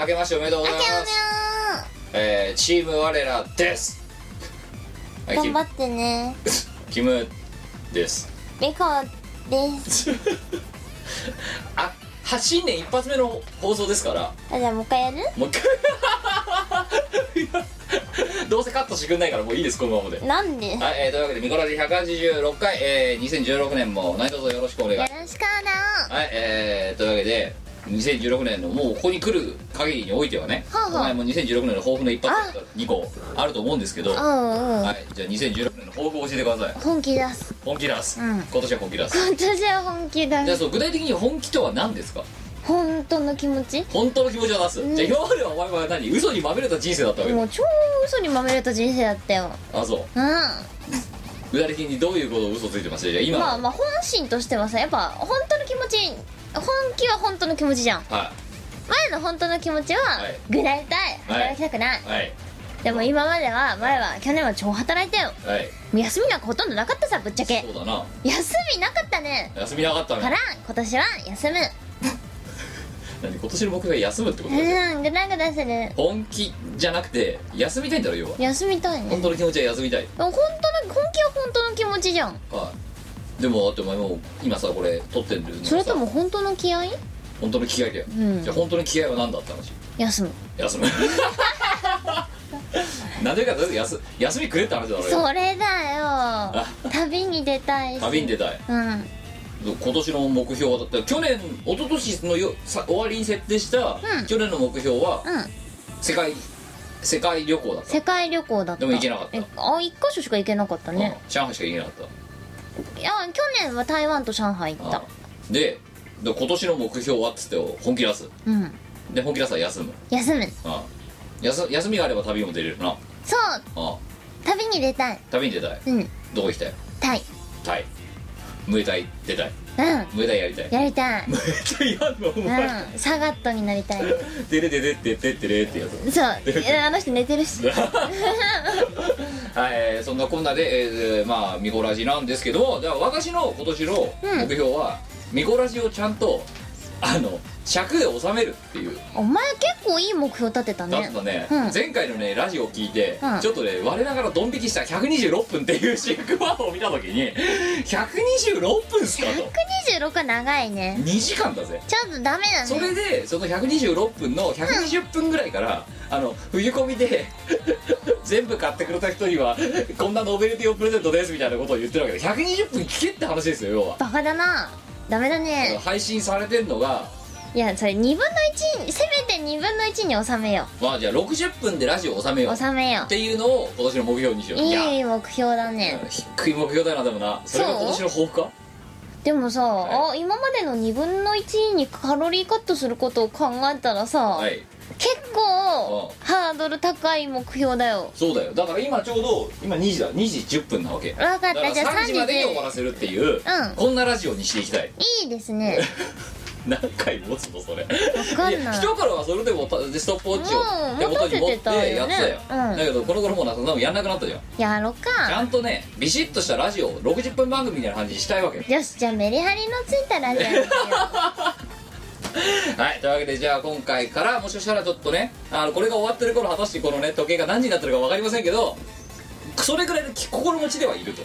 明けましておめでとうございますえー、チーム我らですはい頑キ張ってねキムですレコですあ8新年一発目の放送ですからあじゃあもう一回やるもう一回 いやどうせカットしてくんないからもういいですこのままでなんでよはい、えー、というわけでミコラジ186回、えー、2016年も何卒よろしくお願いろはいしくなえー、というわけで2016年のもうここに来る限りにおいてはね、はあはあお前も2016年の抱負の一発2個あると思うんですけど、はうんうんい、じゃあ2016年の抱負を教えてください本気出す本気出す、うん今年は本気出す今年は本気出じゃあすそう具体的に本気とは何ですか本当の気持ち本当の気持ちを出す、うんじゃあ今まではお前は何嘘にまみれた人生だったわけもう超嘘にまみれた人生だったよあそううん具体的にどういうことを嘘ついてましたじゃあ今、まあまあ本心としてはさやっぱ本当の気持ち本気は本当の気持ちじゃんは前の本当の気持ちははいぐらいたいはい働きたくない、いはいでも今までは前は去年は超働いたよはい休みなんかほとんどなかったさぶっちゃけそうだな休みなかったね休みなかったねから今年は休むなんで今年の目標は休むってことだよ、うんぐらぐらする本気じゃなくて休みたいんだろ要は休みたいね本当の気持ちは休みたい、でも本当の本気は本当の気持ちじゃんはいでもだってお前もう今さこれ撮ってるのさそれとも本当の気合い本当の気合だよ、うんじゃあ本当の気合は何だって話休む休む なんでかとりあえず休休みくれって話だろ要はそれだよ旅に出たいし旅に出たいうん今年の目標はだって去年一昨年のよさ終わりに設定したうん去年の目標はうん世界、世界旅行だった、世界旅行だったでも行けなかったえあ一箇所しか行けなかったねうん上海しか行けなかっいや去年は台湾と上海行ったたうんでで今年の目標はっつって本気出すうんで本気出すは休む休むあ休休みがあれば旅も出れるなそうあ旅に出たい旅に出たいうんどこ行きたいタイタイムエタイ出たいうんムエタイやりたいやりたい ムエタイやんのおう前んサガットになりたいデレデレってってってれってやつ そういやあの人寝てるしはい、えーそんなこんなで、えーまあミコラジなんですけどもじゃあ私の今年のうん目標は、ミコラジをちゃんとあの尺で収めるっていうお前結構いい目標立てただっねたね、うん前回のねラジオを聞いて、うんちょっとね我ながらドン引きした126分っていうシンクワードを見た時に126分っすかと126は長いね2時間だぜちょっとダメだそれねでその126分の120分ぐらいから、あの冬コミで 全部買ってくれた人にはこんなノベルティをプレゼントですみたいなことを言ってるわけで120分聞けって話ですよ要はバカだなダメだね配信されてんのがいやそれ2分の1せめて2分の1に収めよまあじゃあ60分でラジオを収めよううっ収めよていうのを今年の目標にしようういやいい目標だね低い目標だなでもなそれが今年の抱負かでもさ、はあ今までの2分の1にカロリーカットすることを考えたらさ、はい結構ハードル高い目標だよそうだよだから今ちょうど今2時だ2時10分なわけだ分かっからたじゃあ3時までに終わ30らせるっていう、うんこんなラジオにしていきたいいいですね何回持つのそれ分かんいやない一頃はそれでもたストップウォッチうをん手元に持って持たせてたやよっねてたよ、うんだけどこの頃もうなそんなのやんなくなったじゃん、やろうちゃかんとねビシッとしたラジオを60分番組みたいな感じにしたいわけよよしじゃあメリハリのついたラジオにしよはいというわけでじゃあ今回からもしかしたらちょっとねあのこれが終わってる頃果たしてこのね時計が何時になってるか分かりませんけどそれぐらいのき心持ちではいるとう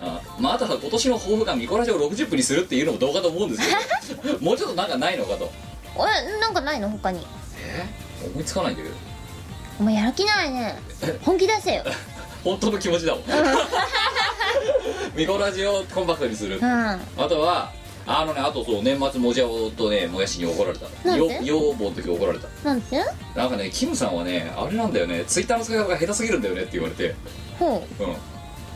あまあ、あとは今年の抱負がミコラジオ60分にするっていうのもどうかと思うんですけ どもうちょっとなんかないのかとうんえなんかないの他にえ思いつかないんだけどお前やる気ない ね本気出せよ本当の気持ちだもんミコラジオをコンパクトにするうんああとはあのねあとそう年末もじゃおとねもやしに怒られたなんよで要望の時怒られたなんてなんかねキムさんはねあれなんだよねツイッターの使い方が下手すぎるんだよねって言われてほううん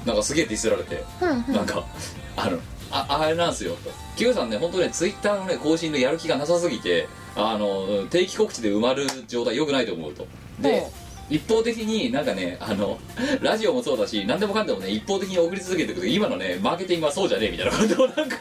なんかすげえディスられてふんふんなんかあのああれなんですよとキムさんね本当ねツイッターのね更新のやる気がなさすぎてあのうん定期告知で埋まる状態良くないと思うとで一方的になんかねあのラジオもそうだし何でもかんでもね一方的に送り続けてくる今のねマーケティングはそうじゃねえみたいなことをなんか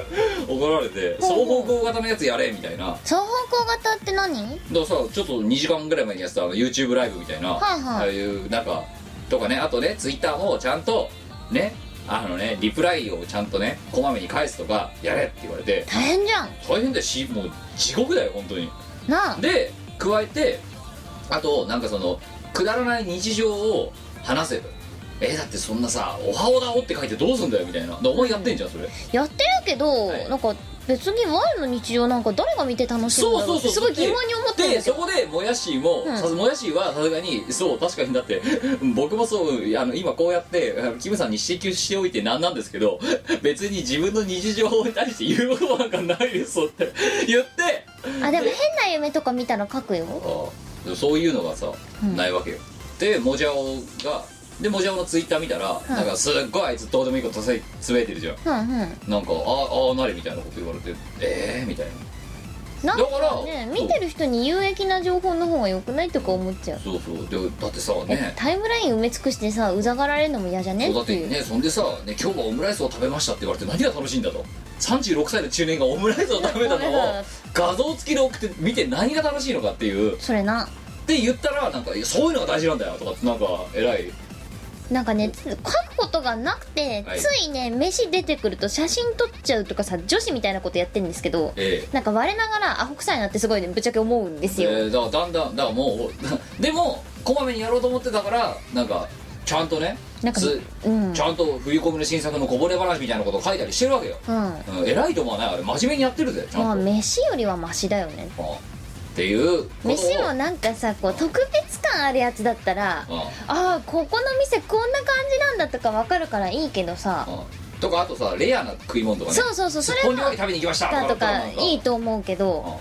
怒られて双方向型のやつやれみたいな双方向型って何だからさちょっと2時間ぐらい前にやってたあの YouTube ライブみたいな、はいはいああいうなんかとかねあとね Twitter もちゃんとねあのねリプライをちゃんとねこまめに返すとかやれって言われて大変じゃん大変だよしもう地獄だよ本当になあで加えてあとなんかそのくだらない日常を話せとえだってそんなさ「おはおだお」って書いてどうすんだよみたいなだからお前やってんじゃんそれやってるけど、はいなんか別にワイの日常なんか誰が見て楽しむんだろうってすごい疑問に思ってるんでですそよこでもやしも、うんさすもやしはさすがにそう確かにだって 僕もそうあの今こうやってあのキムさんに指摘しておいてなんなんですけど別に自分の日常に対して言うことなんかないですよって言ってあでも変な夢とか見たら書くよあそういうのがさ、うんないわけよでモジャオがでモジャオのツイッター見たら、なんかすっごいあいつどうでもいいことつぶやいてるじゃんうんうんななんかあああなれみたいなこと言われてええー、みたいなんだからかね見てる人に有益な情報の方が良くないとか思っちゃうそうそうでだってさねタイムライン埋め尽くしてさうざがられるのも嫌じゃねそうだっってていうねそんでさ、ね「今日はオムライスを食べました」って言われて何が楽しいんだと36歳の中年がオムライスを食べたのを画像付きで送って見て何が楽しいのかっていうっそれなて言ったらなんかいやそういうのが大事なんだよとかってなんか偉いなんかね書くことがなくて、はいついね飯出てくると写真撮っちゃうとかさ女子みたいなことやってるんですけどえなんか我ながらアホ臭いなってすごいねぶっちゃけ思うんでえすよ、えーだからだんだんだからもう でもこまめにやろうと思ってたからなんかちゃんとねなんかつうんちゃんと冬コミの新作のこぼれ話みたいなことを書いたりしてるわけよ、うんうん、偉いと思わないあれ真面目にやってるぜちゃんと、まあ飯よりはマシだよねうんっていうことを飯もなんかさこう特別感あるやつだったらうんああここの店こんな感じなんだとかわかるからいいけどさうんとかあとさレアな食い物とかねそうそうそうそれ本料は理食べに行きましただとなかんいいと思うけど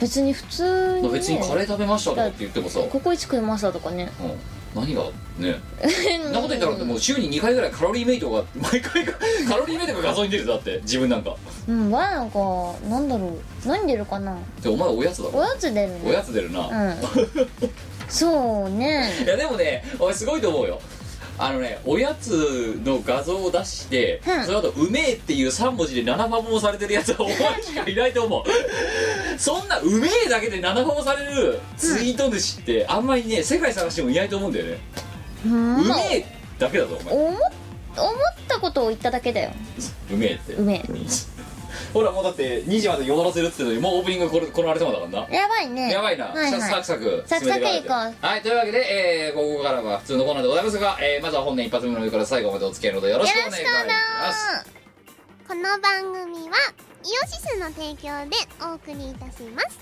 別に普通うんに、ね、別にカレー食べましたとかって言ってもさ、うんココイチ食いましたとかね何がねそんなこと言ったらだってもう週に2回ぐらいカロリーメイトが毎回かカロリーメイトが画像に出るぞだって自分なんかうんわなんかなんだろう何出るかなでお前おやつだおろやつ出るおねやつ出るな、いうんそうねやでもね俺すごいと思うよあのねおやつの画像を出して、うんその後うめえ」っていう3文字で7マもされてるやつはお前しかいないと 思うそんな「うめえ」だけで7マされるツイート主ってあんまりね世界探してもいないと思うんだよねうん うめえだけだぞお前思っ思ったことを言っただけだようめえってうめえ ほらもうだって2時までよどらせるっつってのにもうオープニングこれこのあれ様だからなやばいねやばいな、はいはいサクサクサクサク進めていかないとはいというわけで、えーここからは普通のコーナーでございますが、えーまずは本年一発目の上から最後までお付き合いのほどよろしくお願いいたしますこの番組はイオシスの提供でお送りいたします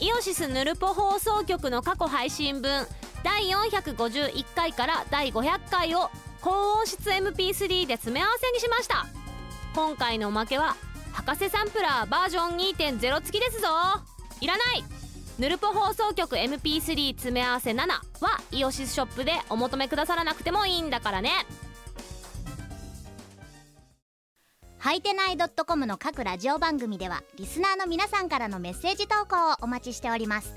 イオシスヌルポ放送局の過去配信分第451回から第500回を高音質 MP3 で詰め合わせにしました今回のおまけは博士サンプラーバージョン2.0付きですぞいらないヌルポ放送局 MP3 詰め合わせ7はイオシスショップでお求めくださらなくてもいいんだからねはいてない .com の各ラジオ番組ではリスナーの皆さんからのメッセージ投稿をお待ちしております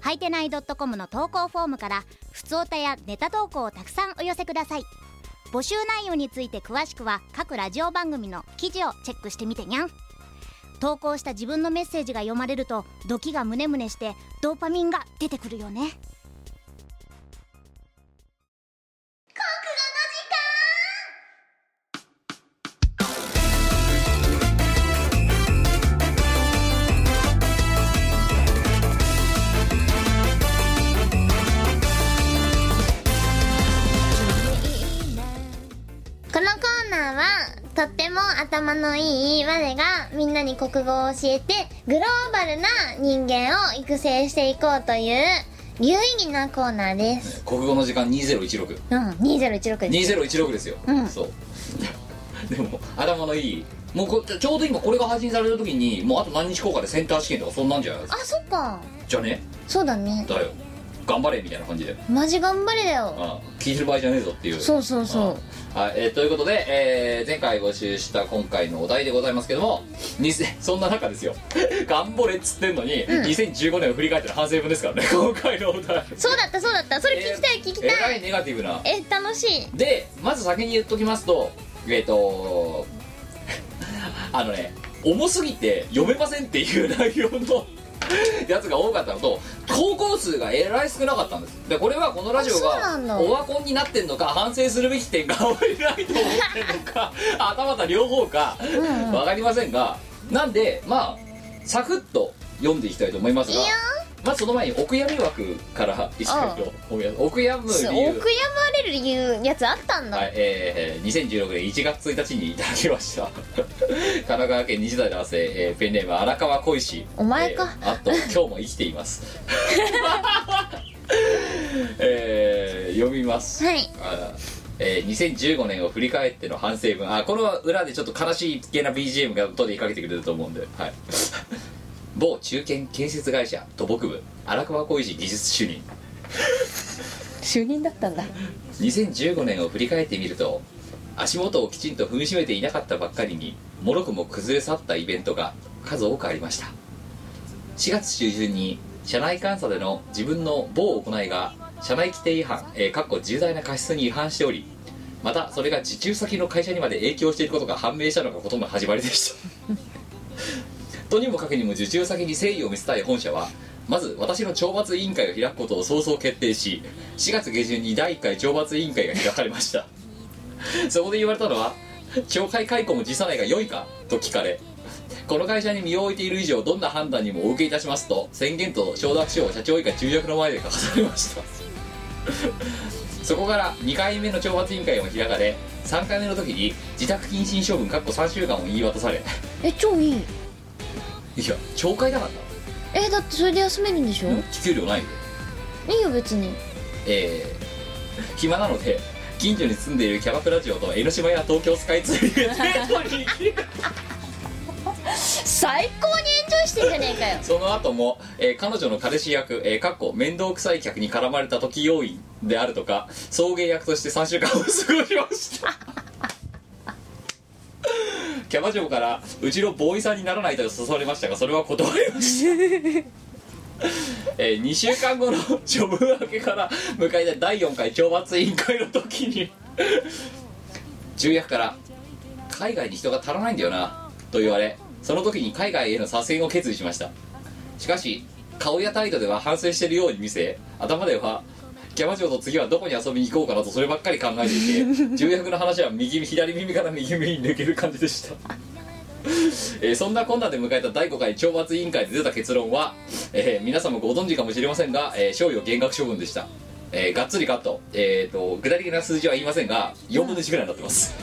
はいてない .com の投稿フォームからふつおたやネタ投稿をたくさんお寄せください募集内容について詳しくは各ラジオ番組の記事をチェックしてみてにゃん投稿した自分のメッセージが読まれるとドキがムネムネしてドーパミンが出てくるよねこのコーナーはとっても頭のいい我がみんなに国語を教えてグローバルな人間を育成していこうという有意義なコーナーです国語の時間20162016うん2016ですですよ、うんそう でも頭のいいもうこちょうど今これが配信される時にもうあと何日効果でセンター試験とかそんなんじゃないですあかそっかじゃあねそうだねだよ頑張れみたいな感じでマジ頑張れだよあ聞いてる場合じゃねえぞっていうそうそうそうあはい、えーということで、えー前回募集した今回のお題でございますけどもにせそんな 中ですよ頑張れっつってんのに、2015年を振り返っての反省文ですからね今回のお題そうだったそうだったそれ聞きたい聞きたえらいいネガティブなえ楽しいでまず先に言っときますとえっ、と あのね重すぎて読めませんっていう内容のやつが多かったのと投稿数がえらい少なかったんですでこれはこのラジオあそうなんだがオワコンになってんのか反省するべき点があまりないと思ってるのか はたまた両方かわかりませんがなんでまあサクッと読んでいきたいと思いますがまずその前にお悔やみ枠から一回とお悔やむお悔理や由まれる理由やつあったんだ、はい、えー、2016年1月1日にいただきました 神奈川県20代男性、えーペンネーム荒川小石お前かえーあと今日も生きています えー読みますはいあえー2015年を振り返っての反省文あこの裏でちょっと悲しい系な BGM が後で引っ掛けてくれると思うんで、はい、某中堅建設会社土木部荒川小石技術主任就任だったんだ2015年を振り返ってみると足元をきちんと踏みしめていなかったばっかりにもろくも崩れ去ったイベントが数多くありました4月中旬に社内監査での自分の某行いが社内規定違反、えー、かっこ重大な過失に違反しておりまたそれが受注先の会社にまで影響していることが判明したのがほとんど始まりでしたとにもかくにも受注先に誠意を見せたい本社はまず私の懲罰委員会を開くことを早々決定し4月下旬に第1回懲罰委員会が開かれましたそこで言われたのは懲戒解雇も辞さないが良いかと聞かれこの会社に身を置いている以上どんな判断にもお受けいたしますと宣言と承諾書を社長以下重役の前で書かされましたそこから2回目の懲罰委員会も開かれ3回目の時に自宅謹慎処分かっこ3週間を言い渡されえ超いいいや懲戒だからなえだってそれで休めるんでしょ、給料ないんでいいよ別にえー、暇なので近所に住んでいるキャバクラ嬢と江ノ島や東京スカイツリーへデートに行き最高にエンジョイしてんじゃねえかよ その後も、えー彼女の彼氏役、えー、かっこ面倒くさい客に絡まれた時要員であるとか送迎役として3週間を過ごしました キャバ嬢からうちのボーイさんにならないと誘われましたがそれは断りました、 えー、2週間後の 処分明けから迎えた第4回懲罰委員会の時に重役から「海外に人が足らないんだよな」と言われその時に海外への左遷を決意しましたしかし顔や態度では反省しているように見せ頭ではキャバ嬢と次はどこに遊びに行こうかなとそればっかり考えていて重役の話は右左耳から右耳に抜ける感じでしたえーそんな困難で迎えた第5回懲罰委員会で出た結論は、えー皆様ご存知かもしれませんが、えー、賞与減額処分でした、えーがっつりカット、えー、と具体的な数字は言いませんが4分の1ぐらいになってます、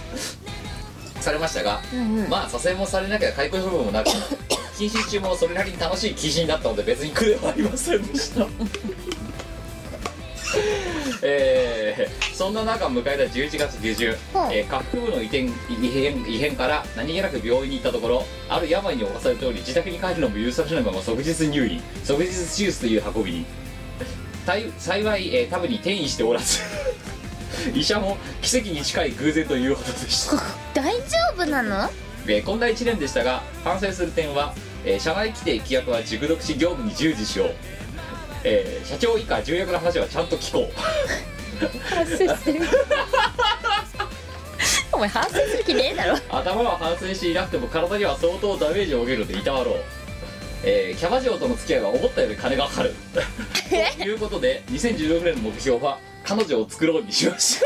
されましたが、まあ左遷もされなきゃ解雇処分もなく謹慎中もそれなりに楽しい謹慎だったので別に苦ではありませんでしたえーそんな中迎えた11月下旬、えー下腹部の移転異変異変から何気なく病院に行ったところある病に侵されており自宅に帰るのも許されないまま即日入院即日手術という運びにたい幸い、えー、タブに転移しておらず 医者も奇跡に近い偶然ということでした大丈夫なのえーこんな1年でしたが反省する点は、えー社内規定規約は熟読し業務に従事しよう、えー社長以下重役の話はちゃんと聞こう 反省してるお前反省する気ねえだろ頭は反省していなくても体には相当ダメージを受けるのでいたわろう、えーキャバ嬢との付き合いは思ったより金がかかる ということで2016年の目標は彼女を作ろうにしまし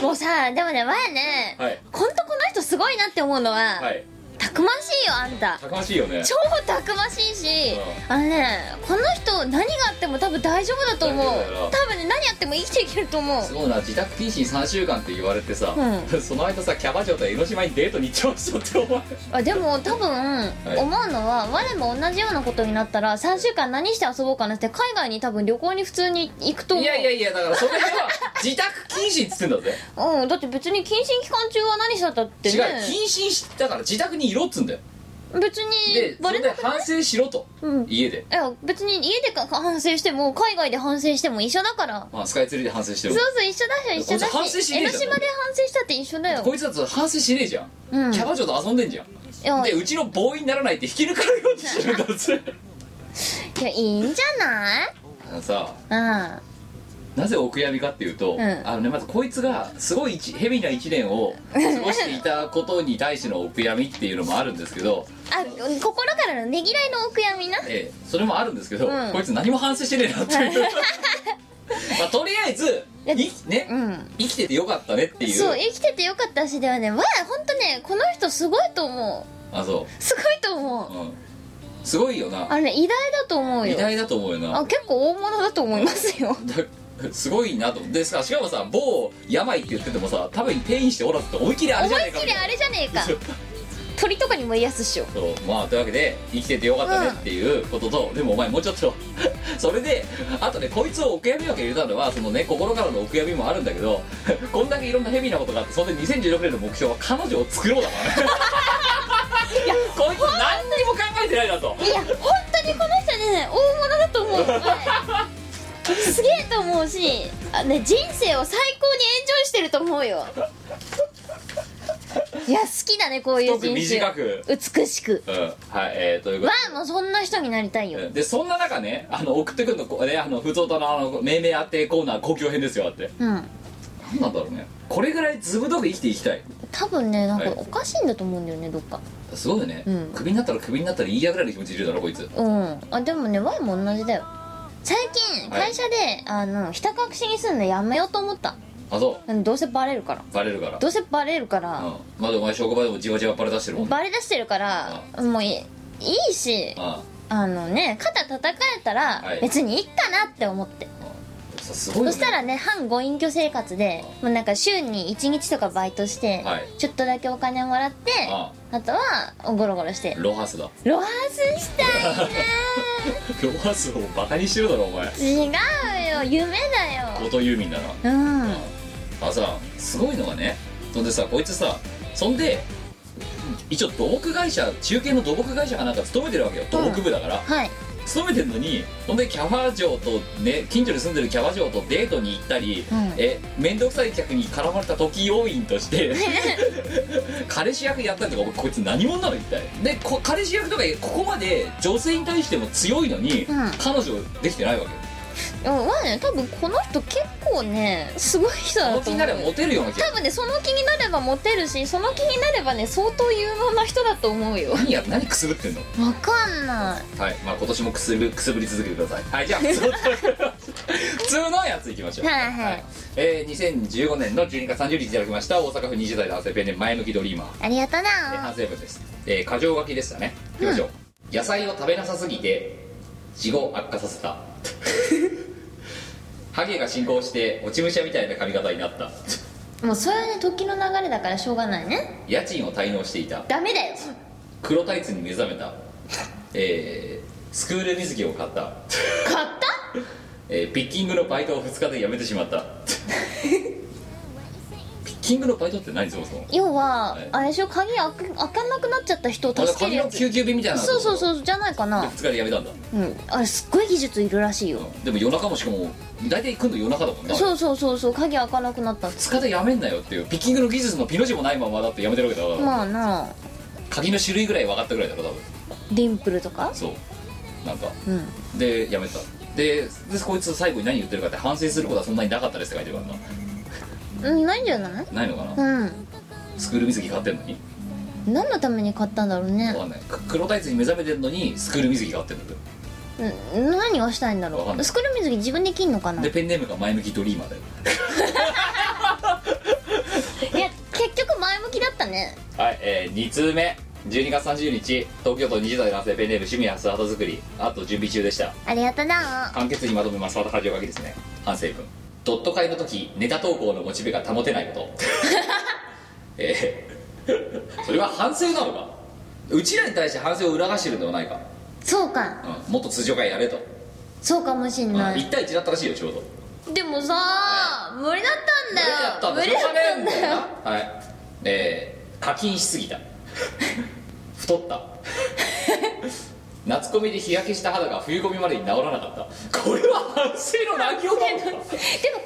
もうさでもねわやねた はいほんとこの人すごいなって思うのは、はいたくましいよあんたたくましいよね超たくましいし、うあのねこの人何があっても多分大丈夫だと思う大丈夫だよな多分ね何やっても生きていけると思うすごいな自宅謹慎3週間って言われてさ、う その間さキャバ嬢と江ノ島にデートに行ってましたってお前あでも多分、思うのは我も同じようなことになったら3週間何して遊ぼうかなって海外に多分旅行に普通に行くと思ういやいやいやだからそれ は自宅謹慎っつってんだぜうんだって別に謹慎期間中は何したったって違う謹ね慎しだから自宅にいろっつうんだよ別でにそバれレでなく反省しろと、うん家でいや別に家でか反省しても海外で反省しても一緒だからまあスカイツリーで反省してるそうそう一緒だし一緒だこいつ反省ししねえ江じノゃん島で反省したって一緒だよこいつだと反省しねえじゃん、うんキャバ嬢と遊んでんじゃんいやでうちのボーイにならないって引き抜かれようとしてるん だぜいやいいんじゃないあのさうんなぜお悔やみかっていうと、んあのねまずこいつがすごい一ヘビな1年を過ごしていたことに対してのお悔やみっていうのもあるんですけど、あ心からのねぎらいのお悔やみなええ、それもあるんですけど、うんこいつ何も反省してねえなって いうまあとりあえずいね、うん生きててよかったねっていうそう生きててよかったしではねわあ本当ねこの人すごいと思あそうすごいと思うう、うん、すごいよなあれね偉大だと思う偉よ大だと思うよなあ結構大物だと思いますよだ すごいなとでさしかもさ某病って言っててもさ多分転移しておらずって思いっきりあれじゃ思ないいっかきりあれじゃねえかそう鳥とかにも言いやすっしょそうまあというわけで生きててよかったねっていうことと、でもお前もうちょっと それであとねこいつをお悔やみわけ入れたのはそのね心からのお悔やみもあるんだけど こんだけいろんなヘビーなことがあってそれで2016年の目標は彼女を作ろうだからねいやこいつ何にも考えてないなといや本当にこの人ね大物だと思うはいすげえと思うしあ、ね、人生を最高にエンジョイしてると思うよいや好きだねこういう太人く種短く美しくうんはいえー、ということわであもうそんな人になりたいよでそんな中ねあの送ってくるのこれあの不動とのあの命名当てコーナー公共編ですよだってうん何なんだろうねこれぐらいずぶどく生きていきたい多分ねなんかはいおかしいんだと思うんだよねどっかすごいよね、うんクビになったらクビになったらいいやぐらいの気持ちでいるだろこいつうんあでもねワイも同じだよ最近はい会社で、あのひた隠しにするのやめようと思ったあそうんどうせバレるからうバレるからどうせバレるかうら、んまだお前職場でもじわじわバレ出してるもんねバレ出してるから、もういいいいしああのね肩叩かれたらはい別にいっかなって思って、あさすごいよそねしたらね半ご隠居生活でもうなんか週に1日とかバイトして、はいちょっとだけお金もらってああとはゴロゴロしてロハスだロハスしたいなロハスをバカにしてるだろお前 ー違うよ夢だよ後藤ユーミンだなうんあさすごいのがねそんでさこいつさそんで一応土木会社中堅の土木会社かなんか勤めてるわけよ土木部だから、はい勤めてるのにほんでキャバ嬢とね近所に住んでるキャバ嬢とデートに行ったり、うんえ面倒くさい客に絡まれた時要員として 彼氏役やったりとかこいつ何者なの一体でこ彼氏役とかここまで女性に対しても強いのに、うん彼女できてないわけよでもまあね多分この人結構ねすごい人だその気とに思なうればモテるような気が多分ねその気になればモテるしその気になればね相当有能な人だと思うよ何や何くすぶってんのわかんないはいまあ今年もくすぶくすぶり続けてくださいはいじゃ あ普通の普通のやついきましょうはいはいえー、2015年の12月30日いただきました大阪府20代男性ペンネーム前向きドリーマーありがとえうーな反省文です、えー、箇条書きでしたねいきましょう、野菜を食べなさすぎて死後悪化させた ハゲが進行して落ち武者みたいな髪型になったもうそれはね時の流れだからしょうがないね家賃を滞納していたダメだよ黒タイツに目覚めた、えー、スクール水着を買った買ったえーピッキングのバイトを2日で辞めてしま ったピッキングのバイトって何そもそも要ははいあれでしょ鍵開く開かなくなっちゃった人をま助だける髪やのつ救急便みたいなそうそううそうじゃないかな2日で辞めたんだ、うんあれすっごい技術いるらしいよでも夜中もしかも大体来んの夜中だもんなそうそうそうそう鍵開かなくなった2日でやめんなよっていうピッキングの技術のピの字もないままだってやめてるわけだから、まあなあ鍵の種類ぐらい分かったぐらいだろ多分ディンプルとかそうなんかうんでやめたででこいつ最後に何言ってるかって反省することはそんなになかったですって書いてるからうんないんじゃないなないのかうな、んスクール水着買ってんのに何のために買ったんだろうねわかんないく黒タイツに目覚めてんのにスクール水着買ってんだようん何がしたいんだわかろんなういスクール水着自分で着んのかなでいペンネームが前向きドリーマーだよや結局前向きだったねはい、えー、2通目12月30日東京都20代男性ペンネーム趣味や素肌作りあと準備中でしたありがとうな簡潔にまとめますまた箇条書きですね反省文ドット会の時ネタ投稿のモチベが保てないこと えー、それは反省なのかうちらに対して反省を促してるんではないか、そうかうん、もっと通常会やれと、そうかもしんうんない1対1だったらしいよちょうどでもさ無理だやっったたんんだだよしょうがねえんだよよなはいえー課金しすぎた 太った 夏コミで日焼けした肌が冬コミまでに治らなかったこれは反省の内容だもんなでも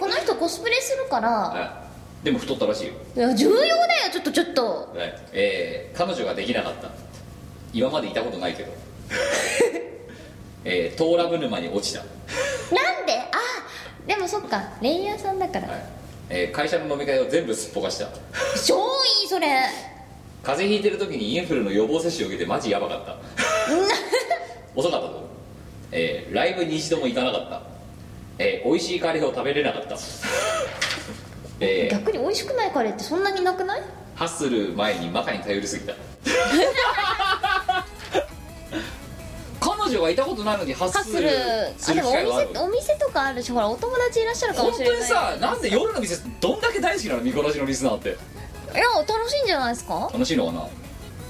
この人コスプレするからはいでも太ったらしいよ、いや重要だよちょっとちょっとはいえー彼女ができなかった今までいたことないけど えー、トーラブ沼に落ちたなんであでもそっかレイヤーさんだからはいえー会社の飲み会を全部すっぽかした超いいそれ風邪ひいてる時にインフルの予防接種を受けてマジやばかった遅かったぞ、えーライブに一度も行かなかった、えー、美味しいカレーを食べれなか った、えー逆に美味しくないカレーってそんなになくないハッスル前にマカに頼りす ぎた彼女がいたことないのにハッハッススルルあすでるも機お会がある店お店とかあるしほらお友達いらっしゃるかも本しれな当いにさなんで夜の店どんだけ大好きなの見殺しのリスナーっていや楽しいんじゃないですか楽しいのかな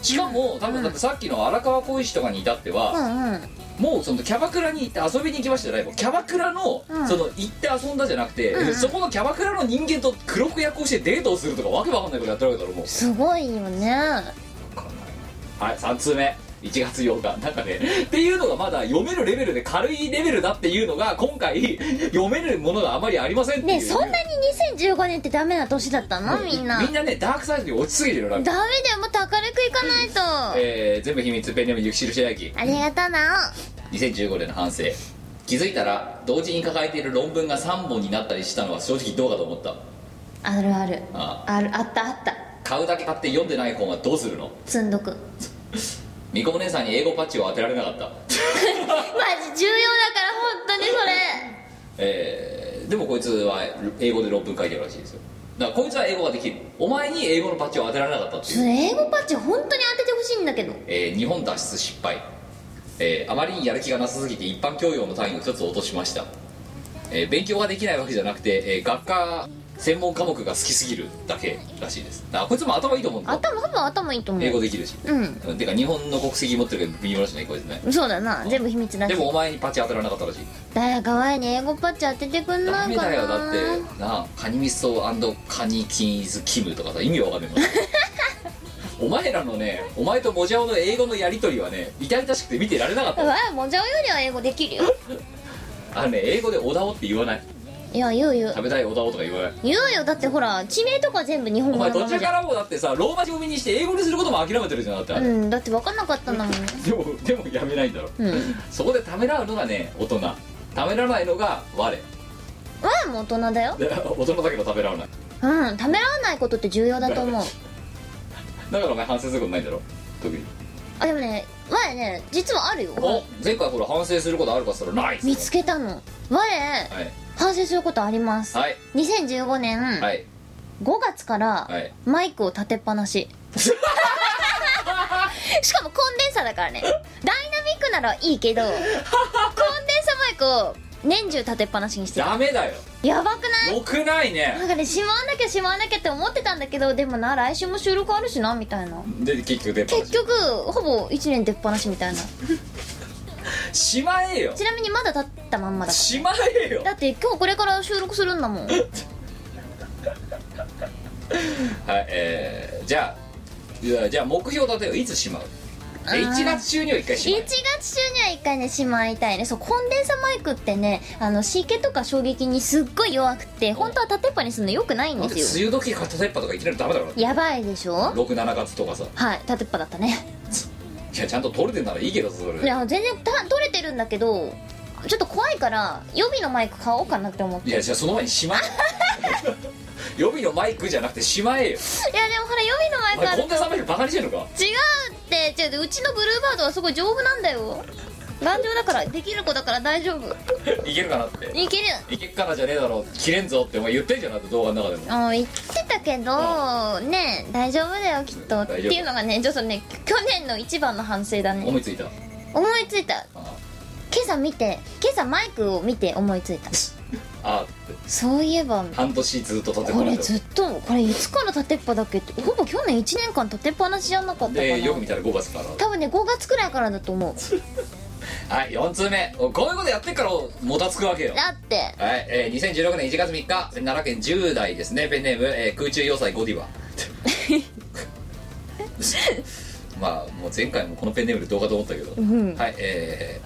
しかも、多分だってさっきの荒川浩一とかに至っては、うんうんもうそのキャバクラに行って遊びに行きましたじゃないもうキャバクラの、うんその行って遊んだじゃなくて、そこのキャバクラの人間と黒く夜行してデートをするとかわけわかんないことやってるわけだろもうすごいよねはい3通目1月8日なんかねっていうのがまだ読めるレベルで軽いレベルだっていうのが今回読めるものがあまりありませんっていうねえそんなに2015年ってダメな年だったのみんなダみメんなねダークサイドに落ちすぎてるよなんかだよもっと明るくいかないとあえー全部秘密ペンネームゆきしるしやきりがとうな2015年の反省気づいたら同時に抱えている論文が3本になったりしたのは正直どうかと思ったおあるあるああるあったあった買うだけ買って読んでない本はどうするの積んどくマみこお姉さんに英語パッチを当てられなかった、ジ重要だから本当にそれえーでもこいつは英語で論文書いてるらしいですよだからこいつは英語ができるお前に英語のパッチを当てられなかったってい、そうれ英語パッチ本当に当ててほしいんだけどえー日本脱出失敗、えーあまりにやる気がなさすぎて一般教養の単位を一つ落としました、えー勉強ができないわけじゃなくて、えー学科専門科目が好きすぎるだけらしいですだからこいつも頭いいと思うんだ頭多分頭いいと思英語うできるしうんうんてか日本の国籍持ってるけど微妙だしねこいつねそうだな全部秘密だしでもお前にパッチ当てられなかったらしい誰か前に英語パッチ当ててくんダないメかなだよだってなあカニミソカニキーズキムとかさ意味わかん ないもんお前らのねお前とモジャオの英語のやり取りはね痛々しくて見てられなかったわあもうじゃあよりは英語できるよあのね英語で「おだお」って言わないいや言う言う食べたいおだおとか言わない言うよだってほら地名とか全部日本お語前のま途ま中じかゃらもうだってさローマ字読みにして英語にすることも諦めてるじゃんだってあんれ、うんだって分かんなかったんだもんでもでもやめないんだろうんそこでためらうのがね大人ためらわないのが我わあもう大人だよで大人だけどためらわないうんためらわないことって重要だと思うだからお前反省することないんだろ特にあでもね我ね実はあるよお前回ほら反省することあるかっつったらないっすよ見つけたの我はい反省することありますはい2015年5はい月からはいマイクを立てっぱな ししかもコンデンサーだからねダイナミックならいいけどコンデンサーマイクを年中立てっぱなしにしてるダメだよやばくないよくないねなんかねしまわなきゃしまわなきゃって思ってたんだけどでもな来週も収録あるしなみたいなで結局出っ放し結局ほぼ1年出っ放しみたいなしまえよちなみにまだ立ったまんまだかしまえよらだって今日これから収録するんだもんはいえー、じゃあいやじゃあ目標立てよいつしまうえー1月中には1回しま1月中には1回ねしまいたいねそうコンデンサマイクってねあの湿気とか衝撃にすっごい弱くて本当は縦っぱにするのよくないんうなんでです梅よ雨時か立てっぱとかいきなりダメだろやばいでしょ67月とかさはい縦っぱだったねいやちゃんと取れてんならいいけどさそれいや全然た取れてるんだけどちょっと怖いから予備のマイク買おうかなって思っていやじゃあその前にしまえ 予備のマイクじゃなくてしまえよいやでもほら予備のマイおクあ前るこんな寒いのバカにしてんのか違うって違ううちのブルーバードはすごい丈夫なんだよ頑丈だからできる子だから大丈夫いけるかなっていけるいけっからじゃねえだろ切れんぞってお前言ってんじゃんだって動画の中でもあ言ってたけどね大丈夫だよきっとうんっていうのがねちょっとね去年の一番の反省だね思いついた思いついたあ今朝見て今朝マイクを見て思いついたあそういえば半年ずっと立てここられれてずっとこれいつから立てっぱだっけってほぼ去年1年間立てっぱなしじゃなかったかでよく見たなら5月から多分ね5月くらいからだと思うはい4通目こういうことやってっからもたつくわけよだってはい、えー、2016年1月3日奈良県10代ですねペンネーム、えー空中要塞ゴディ バまあもう前回もこのペンネームでどうかと思ったけど、んはいえ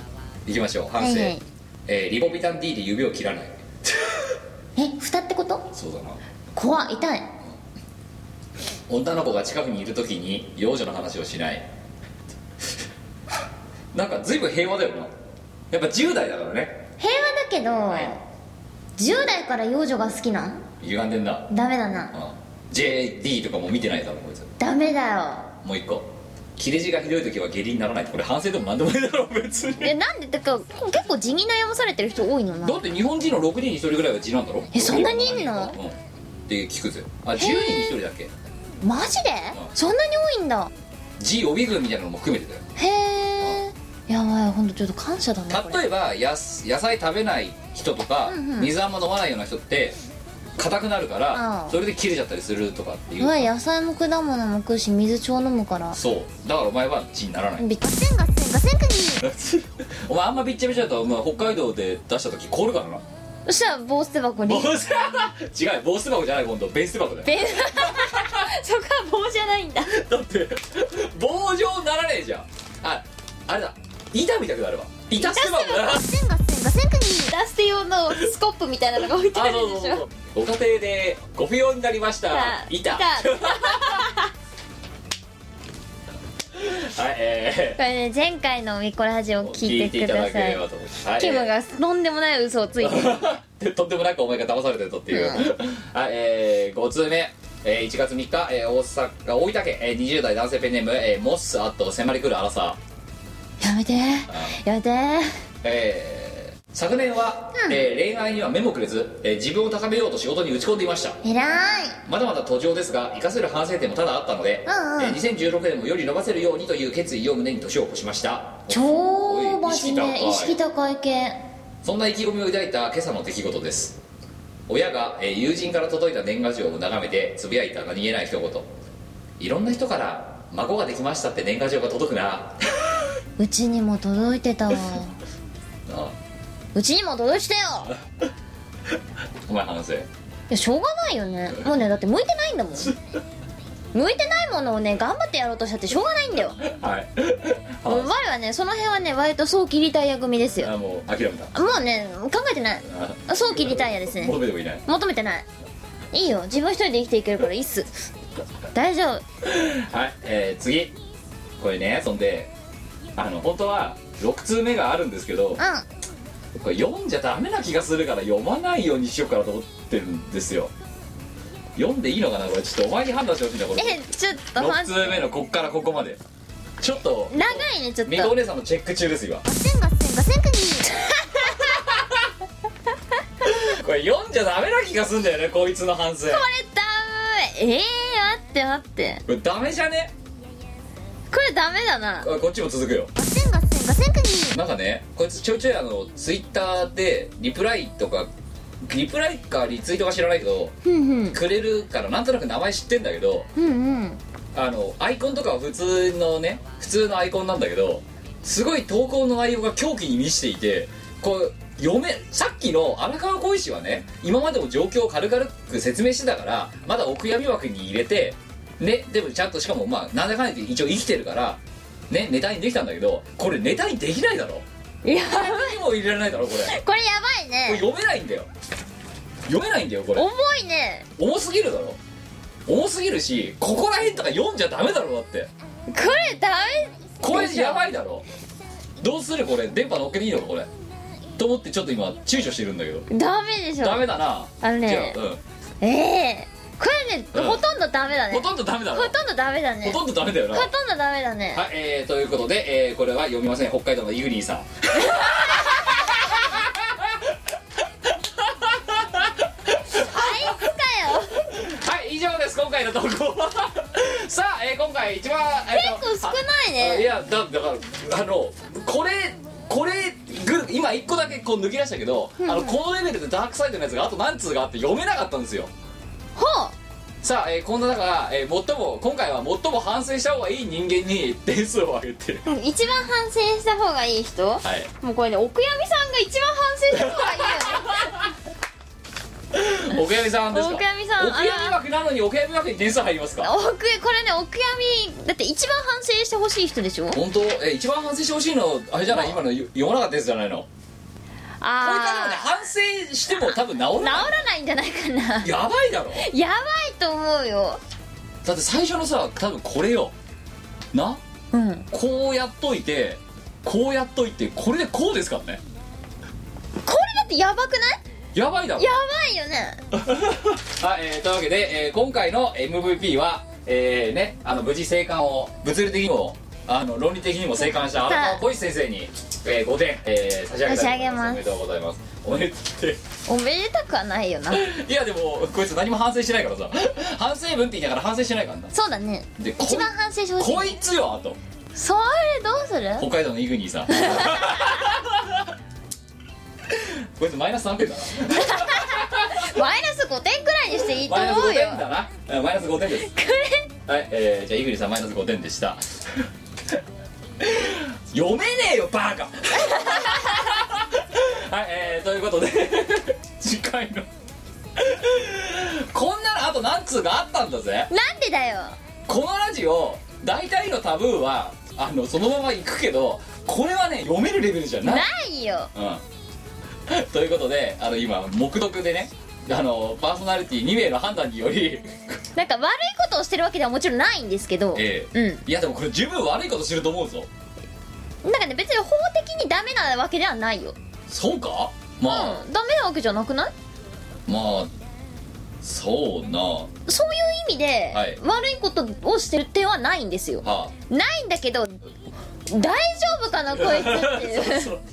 ー、いきましょう反省、はいはいえーリボビタン D で指を切らないえ蓋ってことそうだな怖い痛い女の子が近くにいるときに幼女の話をしない なんか随分平和だよなやっぱ10代だからね平和だけど、 10代から幼女が好きなん歪んでんな、ダメだなうん、JD とかも見てないだろこいつダメだよもう一個切れ字がひどい時は下痢にならないこれ反省でも何でもないだろ別にえなんでだから結構地に悩まされてる人多いのよなだって日本人の6人に1人ぐらいは字なんだろえそんなにいんのうんって聞くぜあ10人に1人だっけマジでうんそんなに多いんだ字予備軍みたいなのも含めてだよへえやばいほんとちょっと感謝だねこれ例えばやす野菜食べない人とか、水あんま飲まないような人って硬くなるから、うんそれで切れちゃったりするとかっていうう、わ野菜も果物も食うし水超飲むからそうだからお前は血にならない、びっくりガッセンガッセンガッセンクニ お前あんまびっちゃびちゃだと、まあ、北海道で出した時凍るからなそしたら防捨て箱帽に子 違う帽子箱じゃない今度ベンス箱だよべ そこは棒じゃないんだだって棒状にならねえじゃんああれだ板みたくなるわ板ス箱だなーガッセンガッセンクニーダステ用のスコップみたいなのが置いてああるのでしょご家庭でご不要になりました板板はいえこれね前回のミコラジーオ聞いて聞いていくだただけさいればと思いますはいキムがとんでもない嘘をついてるで とんでもなくお前が騙されてるとっていう、はいえー、5通目、えー、1月3日、えー、大阪大分県、えー、20代男性ペンネーム、えー、モッスあと迫り来る荒さ、やめてやめてえー昨年は、えー恋愛には目もくれず、えー自分を高めようと仕事に打ち込んでいましたえらいまだまだ途上ですが活かせる反省点も多々あったので、うんうんえー2016年もより伸ばせるようにという決意を胸に年を越しましたおい超真面目意意識識高い系そんな意気込みを抱いた今朝の出来事です親が、えー友人から届いた年賀状を眺めてつぶやいた何気ない一言いろんな人から「孫ができました」って年賀状が届くな うちにも届いてたわあうちにも届いてたよお前反省いやしょうがないよねもうねだって向いてないんだもん向いてないものをね頑張ってやろうとしたってしょうがないんだよ はい我はねその辺はね割と早期リタイア組ですよあもう諦めたもうね考えてないあ早期リタイアですね求めてもいない求めてないいいよ自分一人で生きていけるからいいっす大丈夫はい、えー、次これねそんであの本当は6通目があるんですけどうこれ読んじゃダメな気がするから読まないようにしようかなと思ってるんですよ読んでいいのかなこれちょっとお前に判断してほしいんだこれんえちょっと6待っ通て目のこっからここまでちょっと長いねちょっとみこお姉さんのチェック中です今ガセンガセンガセンクニー これ読んじゃダメな気がするんだよねこいつの反省こダメえー、待って待ってれダメじゃねこれダメだなここっちも続くよガセンガセンガセンクニーなんかねこいつちょいちょいあのツイッターでリプライとかリプライかリツイートか知らないけどうんくれるからなんとなく名前知ってんだけどうんうんうんあのアイコンとかは普通のね普通のアイコンなんだけどすごい投稿の内容が狂気に満ちていてこう読めさっきの荒川小石はね今までも状況を軽々く説明してたからまだお悔やみ枠に入れてねでもちゃんとしかもまあなんだかんだ言って一応生きてるからねネタにできたんだけどこれネタにできないだろいや誰にも入れられないだろこれこれやばいこれね読めないんだよ読めないんだよこれ重いね重すぎるだろ重すぎるしここら辺とか読んじゃダメだろだってこれダこれやばいだろどうするこれ電波乗っけていいのかこれと思ってちょっと今躊躇してるんだけどメダメでしょダメだなあのねじゃあ、うんええこれね、うんほとんどダメだねほとんどダメだろほとんどダメだねほとんどダメだよなほとんどダメだねはい、えー、ということで、えー、これは読みません北海道のユーリーさんはい以上です今回の投稿 はさあ、えー、今回一番結構少ないいねやだだからあのこれこれぐ今一個だけこう抜き出したけど、あのこのレベルでダークサイドのやつがあと何通があって読めなかったんですよほうさあ、えーこんな中、えー最も今回は最も反省した方がいい人間に点数を上げてうん一番反省した方がいい人、はい もうこれねお悔やみさんが一番反省した方がいいよねお悔やみさんですかお悔やみさんお悔やみ枠なのにお悔やみ枠に点数入りますか お悔やこれねお悔やみだって一番反省してほしい人でしょ本当えー一番反省してほしいのあれじゃない今の読読まなかったやつじゃないのこれからでもねああ反省しても多分治ら治ないらないんじゃないかなやばいだろやばいと思うよだって最初のさ多分これよなうんこうやっといてこうやっといてこれでこうですからねこれだってやばくないやばいだろいよねはい、えーというわけで、えー今回の MVP は、えーね、あの無事生還を物理的にもあの論理的にも生還した荒川小石先生に、えー5点、えー差し上げたいと思いますお差し上げますめでとうございますおめでとうっおめでたくはないよなていやでもこいつ何も反省してないからさ 反省文って言いながら反省してないからなそうだねでこい一番反省してほしいこいつよあとそれどうする北海道のイグニーさ んこいつマイナス3点だなマイナス5点くらいにしていいとマイナス5思うよ点だなうんマイナス5点ですはい、えー、じゃあイグリさんマイナス5点でした読めねえよバカはい、えー、ということで次回のこんなのあと何通かあったんだぜなんでだよこのラジオ大体のタブーはあのそのまま行くけどこれはね読めるレベルじゃないないようん、ということであの今目読でねあのパーソナリティ2名の判断によりなんか悪いことをしてるわけではもちろんないんですけど、えいやでもこれ十分悪いことしてると思うぞうんなんかね別に法的にダメなわけではないよそうかうまあ、んダメなわけじゃなくないまあそうなはそういう意味で、はい悪いことをしてる点はないんですよあないんだけど大丈夫かなこいつっていう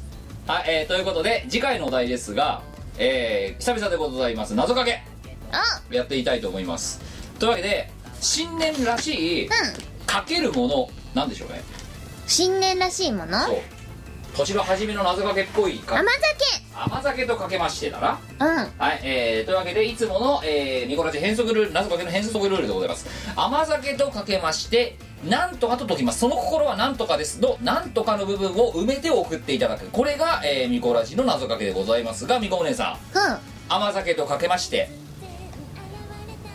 はい、えーということで次回のお題ですが、えー久々でございます謎かけあやっていきたいと思いますというわけで新年らしいかけるものなんでしょうね新年らしいものそう年の初めの謎かけっぽいか甘甘酒とかけましてだな酒うんはい、えー、というわけでいつもの、えー、ニコラジ変則ルール謎かけの変則ルールでございます甘酒とかけましてなんとかと解きますその心はなんとかですのなんとかの部分を埋めて送っていただくこれが、えー、ミコラジの謎かけでございますがみこお姉さんうん甘酒とかけまして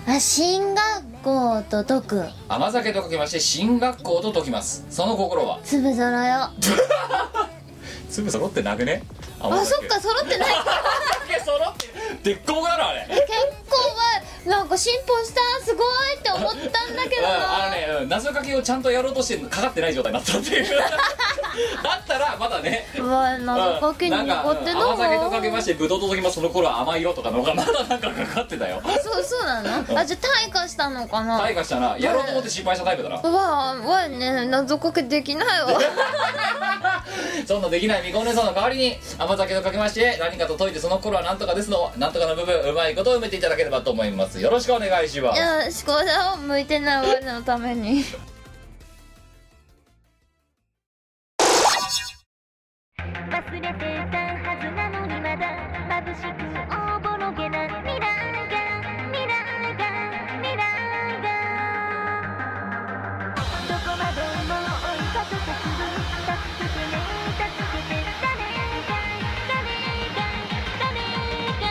あ進学校と解く甘酒とかけまして進学校と解きますその心は粒ぞろよ粒揃ってなくねあそっか揃っ てないか甘酒揃ってでっこぼだろあれ結構はなんか進歩したすごいって思ったんだけどうんなあのね、うん謎かけをちゃんとやろうとしてかかってない状態になったっていう だったらまだねうわ謎かけに残ってのうんなんかうん甘酒とかけましてブドウと解きますその頃は甘い色とかの方がまだなんかかかってたよそうそうなのあじゃあ退化したのかな大化したなやろうと思って失敗したタイプだなうわわね謎かけできない わそんなできないみこお姉さんの代わりに甘酒とかけまして何かと解いてその頃はなんとかですのなんとかの部分うまいことを埋めていただければと思いますよろしくお願いしまいすや思考者を向いてない我のために忘れてたはずなのにまだ眩しくておぼろげな未来が未来が未来がどこまでも追いかけてくる助けてね助けて誰か誰か誰か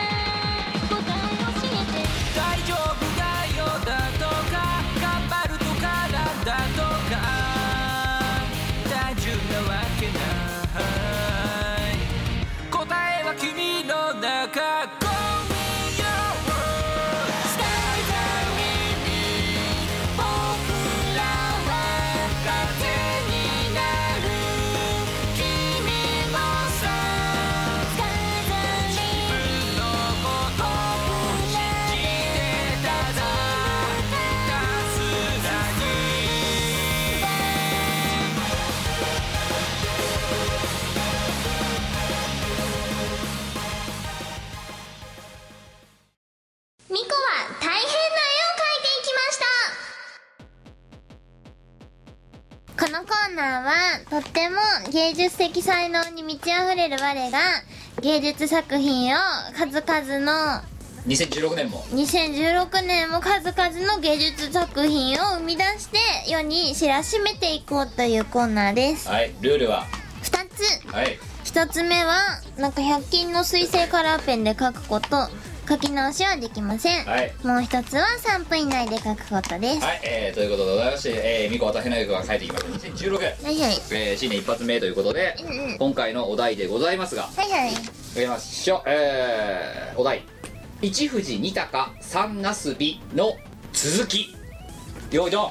答えを教えて大丈夫だよだとか頑張るとかなんだとか単純なわけない答えは君の中 Go me your world スカイダイに僕らは風になる君もさ自分のことを信じてただひたすらにミコは大変な絵を描いていきましたこのコーナーはとっても芸術的才能に満ち溢れる我が芸術作品を数々の2016年も2016年も数々の芸術作品を生み出して世に知らしめていこうというコーナーですはいルールは2つはい1つ目はなんか100均の水性カラーペンで書くこと書き直しはできません、はいもう1つは3分以内で書くことですはい、えー、ということでございまして、えー、みこは大変な役が帰ってきました2016はいはいえー、新年一発目ということで、うんうん今回のお題でございますがはいはいいきましょうえー、お題「一富士二鷹三なすび」の続きよいど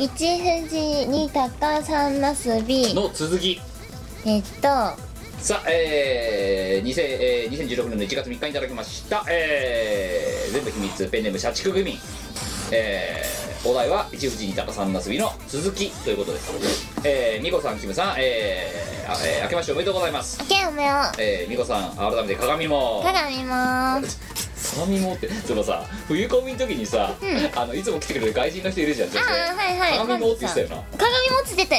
一富士二鷹三なすびんの続きえっとさあ、えー2000えー2016年の1月3日にいただきました、えー全部秘密ペンネーム社畜組、えーお題は一富士二鷹三なすびの続きということです、えー、美子さんキムさん、えーあえー明けましておめでとうございます、けおめよえー、美子さん改めて鏡も鏡も鏡もって そのさ冬コミの時にさ、あのいつも来てくれる外人の人いるじゃん女性ああはいはい鏡もって言ってたよな鏡もつってた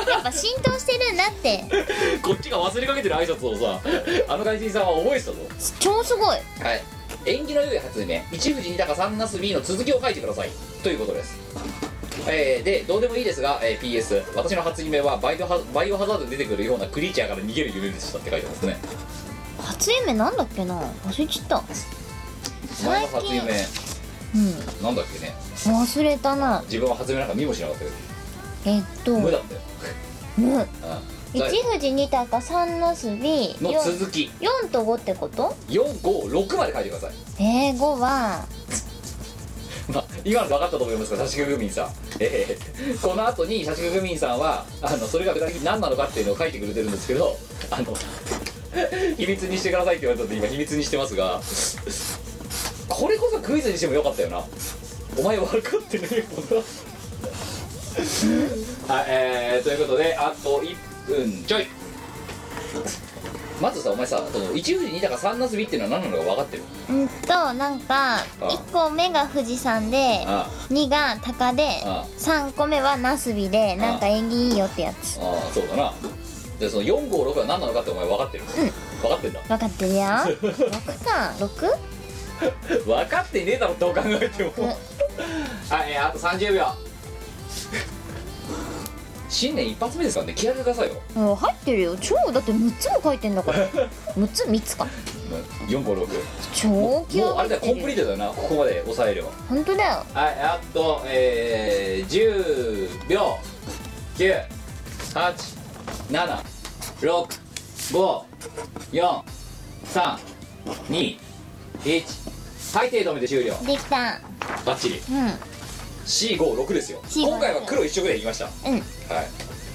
よやっぱ浸透してるんだってこっちが忘れかけてる挨拶をさあの外人さんは覚えてたぞ超すごいはい縁起の良い発明一富士二鷹三なす B の続きを書いてくださいということですえーでどうでもいいですが、えー PS 私の初夢はバイオハバイオハザードに出てくるようなクリーチャーから逃げる夢でしたって書いてますね初夢なんだっけな忘れちゃった前の初夢うんなんだっけね忘れたな自分は初夢なんか見もしなかったけど、えっと無だったよ、無うん、だ一富士二鷹三のすびのよ続き四と五ってこと456まで書いてください えー、五はまあ、今の分かったと思いますが社畜グミンさん、えーこの後に社畜グミンさんはあのそれが具体的に何なのかっていうのを書いてくれてるんですけどあの 秘密にしてくださいって言われたんで今秘密にしてますがこれこそクイズにしてもよかったよなお前分かってねえよな はいえー、ということであと1分ちょいまずさお前さその一富士二鷹三なすびっていうのは何なのか分かってるうんとなんか一個目が富士山であ二が鷹であ三個目はなすびでなんか縁起いいよってやつああそうだなでその456は何なのかってお前分かってる、分かってんだ分かってるよ 六か六分かってねえだろどう考えてもはい、えーあと30秒新年一発目ですからね気合い入れてくださいよもう入ってるよ超だって6つも書いてんだから 6つ3つか456も超う極もうあれだめよコンてプるリートだよなここまで抑えれば本当だよはいあとえー、10秒987654321はい手止めて終了できたバッチリうん C56 ですよ C56 今回は黒一色でいきましたうんはい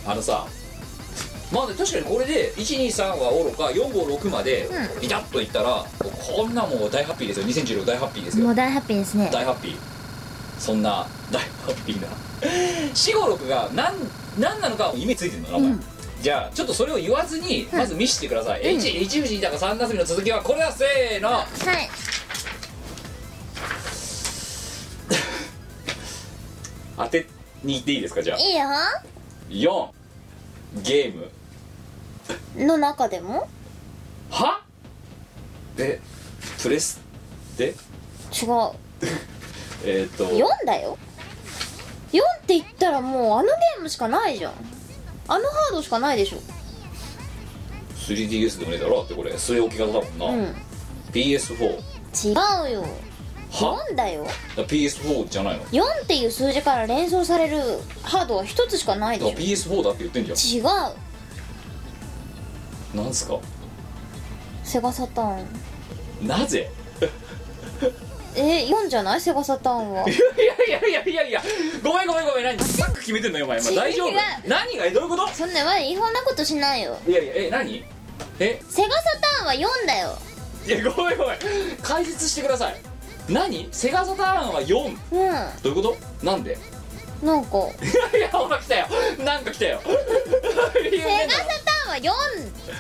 あのさまあね確かにこれで123はおろか456までうビタッといったら、こんなもう大ハッピーですよ2016大ハッピーですよもう大ハッピーですね大ハッピーそんな大ハッピーな456が何何なのかを意味ついてるの名前、うんじゃあちょっとそれを言わずにまず見せてください、一一富士だか三なすびの続きはこれだせーのはい当てに行っていいですかじゃあいいよ4ゲームの中でもはでプレスで違うえっ、と4だよ4って言ったらもうあのゲームしかないじゃんあのハードしかないでしょ 3DS でもねえだろだってこれ据え置き型だもうんな、ん PS4 違うよは4だよだ PS4 じゃないのだ4っていう数字から連想されるハードは1つしかないからで PS4 だって言ってんじしょ違うゃんなんすかセガサターンなぜえ4じゃないセガサターンはやいいやいやいやごめんごめんごめん何サック決めてんのよお前今違う大丈夫何がえどういうこそんなわ違法なことしないよといやいやえ何えセガサターンは4だよいやごめんごめん解説してください何セガサターンは4うどういうことなんでんなんかいやほら来たよなんか来たよ セガサターンは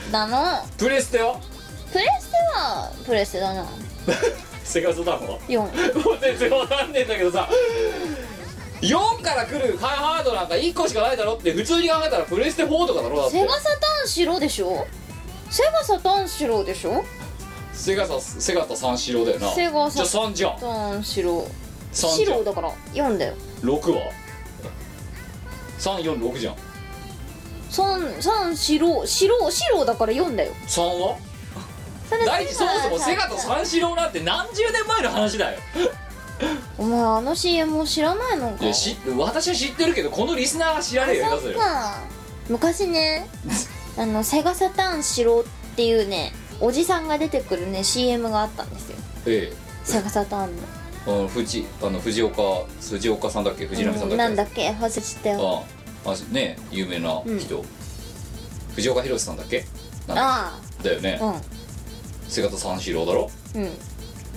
4だのプレステよプレステはプレステだなセガサターンは4もう全然わかんねえんだけどさ4から来るハイハードなんか1個しかないだろって普通に考えたらプレステ4とかだろだってセガサターン白でしょセガサターン白でしょセガサセガタ三四郎だよなセガサじゃあ3じゃんターン白3じゃん白だから4だよ6は346じゃん三三白白白だから4だよ3はそれ第一そもそもセガタ三四郎なんて何十年前の話だよお前あの CM を知らないいのかやし私は知ってるけどこのリスナーは知らねえよそ下っ手するか 昔ねあのセガサターンしろっていうねおじさんが出てくるね CM があったんですよええセガサターンのあの藤あの藤岡藤岡さんだっけ藤波さんだっけなんだっけ忘れちゃったよあああね有名な人、藤岡弘、さんだっけなんあだよねあうん瀬形三四郎だろうん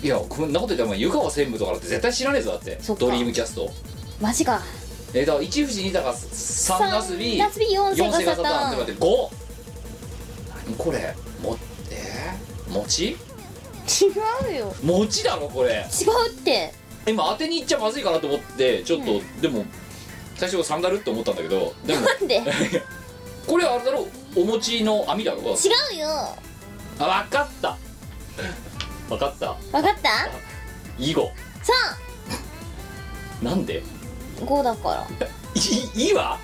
いやこんなこと言ったらお前湯川専務とかだって絶対知らねえぞだってそっかドリームキャストマジかえー、だから1富士2高3ガスビ三ガスビ四セ4ガセガササタターンーっンて待って5何これもえー、餅違うよ餅だろこれ違うって今当てにいっちゃまずいかなと思ってちょっと、でも最初サンダルって思ったんだけどで もなんで違これあれだろお餅の網だろうよあわかったわかったわかった囲碁さなんであ5だからいいは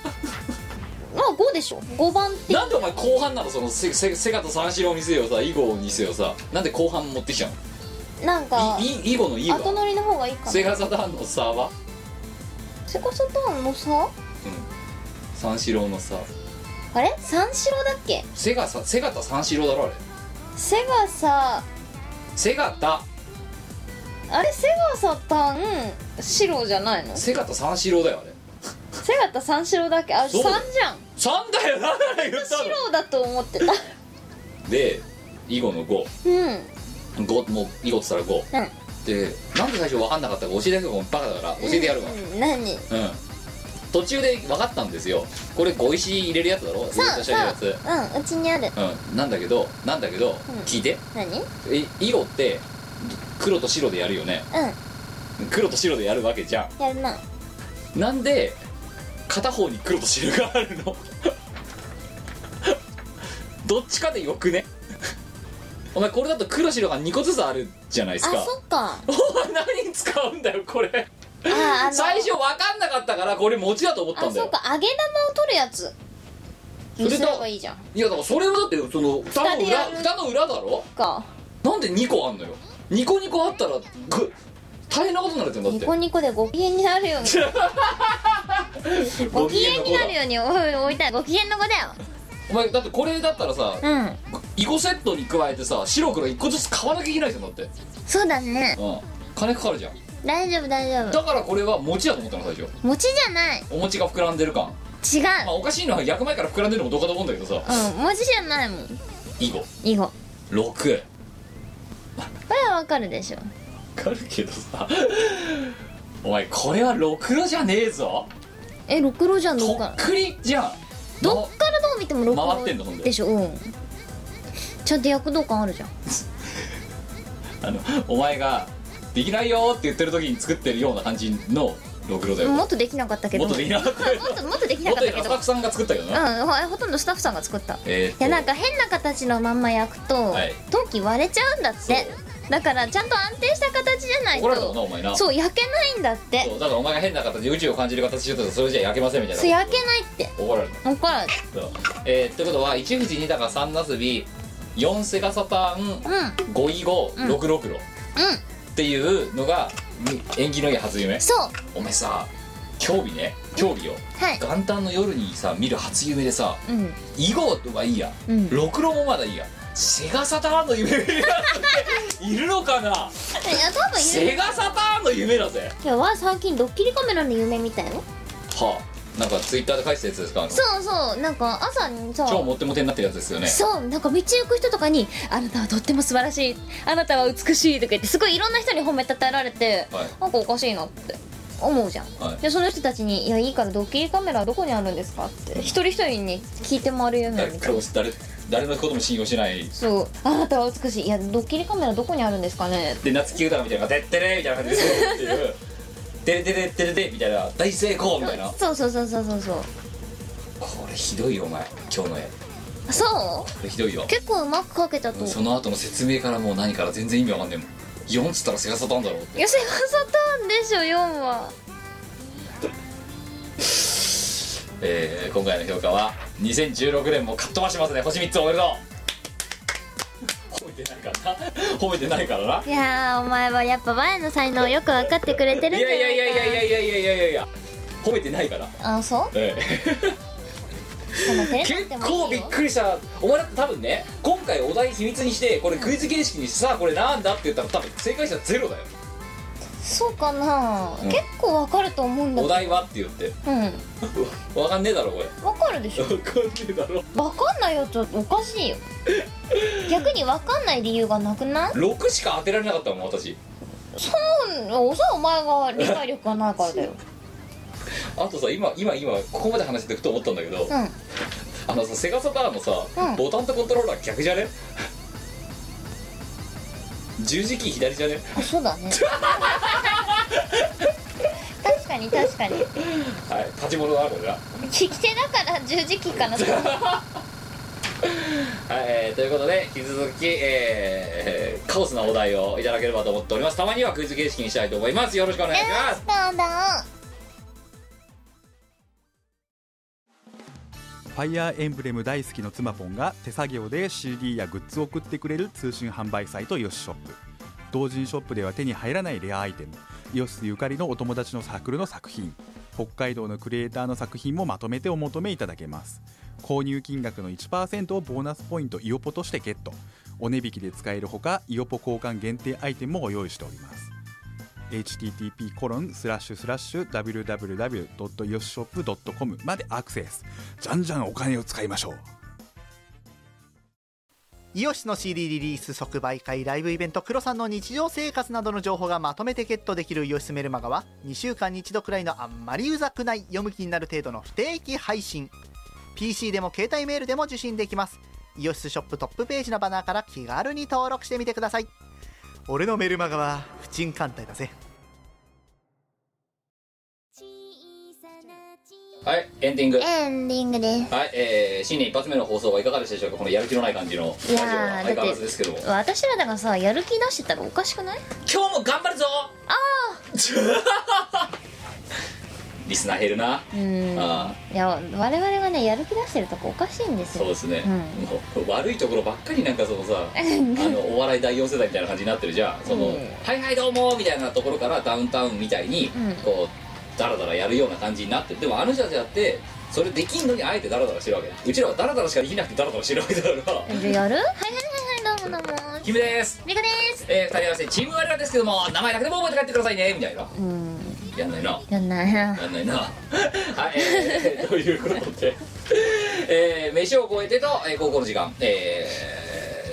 まあ5でしょ5番ってなんでお前後半なのそのせせセガと三四郎にせよさ囲碁にせよさなんで後半持ってきちゃうなんかのいい囲碁のいいは後乗りの方がいいかなセガサターンの差はセコサターンのさ三四郎のさあれ三四郎だっけセガサセガタ三四郎だろあれセガサセガタあれセガサターン四郎じゃないのセガタ三四郎だよあれセガタ三四郎だっけあそう三じゃん三だよなんだ言った四郎だと思ってたので囲碁の五うん五もう囲碁っつったら五うんでなんで最初分かんなかったか教えてやるからバカだから教えてやるわうん何うん途中で分かったんですよこれ碁石入れるやつだろ入れさたあ下にさ入れるやつあうんうちにあるうんなんだけどなんだけど、聞いて何うんえ色って黒と白でやるよね黒と白でやるわけじゃやるなんなんで片方に黒と白があるの どっちかでよくねお前これだと黒白が2個ずつあるじゃないですかあそっかあお前何に使うんだよこれあの最初分かんなかったからこれ餅だと思ったあんだそうよか揚げ玉を取るやつそにれすとればいいじゃんいやだからそれをだってその蓋のでや裏る蓋の裏だろかなんで2個あんのよ2個2個あったらぐ大変なことになるってんだっニてコニコでご機嫌になるようにご機嫌になるようにお置いたいご機嫌の子だよお前だってこれだったらさうん囲碁セットに加えてさ白黒1個ずつ買わなきゃいけないじゃんだってそうだねうん金かかるじゃん大丈夫大丈夫だからこれは餅だと思ったの最初餅じゃないお餅が膨らんでる感違まあおかしいのは焼く前から膨らんでるのもどうかと思うんだけどさううん餅じゃないもん囲碁以後6これはわかるでしょわかるけどさお前これはろくろじゃねえぞえろくろじゃんどとっからっくりじゃんどっからどう見てもろく回ってんのほんろででしょうんちゃんと躍動感あるじゃんあのお前が「できないよ」って言ってる時に作ってるような感じのろくろだよももっとできなかったけどっとできなかったもっともっとできなもっかっとたけど浅草さんが作ったけどうなんほほとんどスタッフさんが作ったいえやーなっんか変な形のまんま焼くとはい陶器割れちゃうんだってだからちゃんと安定した形じゃなとい怒られたもんなとお前なそう焼けないんだってそうだからお前が変な形で宇宙を感じる形してたらそれじゃ焼けませんみたいなそう焼けないって怒られる分からるそうえー、ってことは1富士2高3なすび4セガサターうんン5囲碁6六路、うんっていうのがみ縁起のいい初夢そうお前さ興味ね興味よはい元旦の夜にさ見る初夢でさうん囲碁はいいやうん六郎もまだいいやセガサターンの夢なんているのかないや多分いセガサターンの夢だぜやわ最近ドッキリカメラの夢見たよはあなんかツイッターで書いてたやつですかあのそうそうなんか朝にさ超モテモテになってるやつですよねそうなんか道行く人とかに「あなたはとっても素晴らしいあなたは美しい」とか言ってすごいいろんな人に褒めたたえられて、はいなんかおかしいなって思うじゃん、はいでその人たちに「いやいいからドッキリカメラはどこにあるんですか?」って一人一人に聞いて回る夢みたい誰な誰誰のことも信用しないそう「あなたは美しいいやドッキリカメラどこにあるんですかね?で夏木歌みたいな「てってれ」みたいな感じですよっていう「てれてれてれて」みたいな「大成功」みたいな」そうそうそうそうそうそうこれひどいよお前今日の絵こそれひどいよう結構うまく描けたとその後の説明からもう何から全然意味わかんねえもん4っつったらセガサターンだろうって寄せがサターンでしょ4はえー今回の評価は2016年もかっ飛ばしてますね星3つおめでとう褒めてないからな褒めてないからないやーお前はやっぱ前の才能をよく分かってくれてるんいじゃなやいいやいやいやいやいやいやいやいやいや褒めてないから、あそうええでも照れなく結てもいいよ構びっくりしたお前だって多分ね今回お題秘密にしてこれクイズ形式にしてさあこれなんだって言ったら多分正解者ゼロだよそうかな、うん結構わかると思うんだおけど題はって言って うんわかんねえだろこれわかるでしょわかんねえだろわかんないやつはお かしいよ逆にわかんない理由がなくない6しか当てられなかったもん私そうそうお前が理解力がないから だよあとさ今今今ここまで話してくと思ったんだけど、うんああのさセガサターンのさ、うんボタンとコントローラー逆じゃね十字キー左じゃねそ うだね確かに確かにはい立ち物があるから聞き手だから十字キーかなとはい、えーということで引き続き、えーカオスなお題をいただければと思っておりますたまにはクイズ形式にしたいと思いますよろしくお願いしますそうだファイアーエンブレム大好きの妻ポンが手作業で CD やグッズを送ってくれる通信販売サイトイオシショップ同人ショップでは手に入らないレアアイテムイオシスゆかりのお友達のサークルの作品北海道のクリエイターの作品もまとめてお求めいただけます購入金額の1%をボーナスポイントイオポとしてゲットお値引きで使えるほかイオポ交換限定アイテムもご用意しております http コロンスラッシュスラッシュ www.yoshop.com までアクセスじゃんじゃんお金を使いましょうイオシスの CD リリース即売会ライブイベントクロさんの日常生活などの情報がまとめてゲットできるイオシスメルマガは2週間に1度くらいのあんまりうざくない読む気になる程度の不定期配信 PC でも携帯メールでも受信できますイオシスショップトップページのバナーから気軽に登録してみてください俺のメルマガは不沈艦隊だぜはいエンディングエンディングではい、えー新年一発目の放送はいかがでしたでしょうかこのやる気のない感じのラジオいやはー相変わらずですけどもす私らだからさやる気出してたらおかしくない今日も頑張るぞああ リスナー減るなうーんあいや我々はねやる気出してるとこおかしいんですそうよですね、うんもう悪いところばっかりなんかそ のさあのお笑い第4世代みたいな感じになってるじゃんその、うんはいはいどうも」みたいなところからダウンタウンみたいに、うんこうダラダラやるような感じになってるでもあの人たちだってそれできんのにあえてダラダラしてるわけだうちらはダラダラしかできなくてダラダラしてるわけだからじゃあやるはいはいはいどうもどう「も君です」リコですえー、2人合わせてチーム我らですけども名前だけでも覚えて帰ってくださいねみたいなうんやんないなやんないなやんないなはい、えー、ということで、えー、飯を超えてと、えー、高校の時間え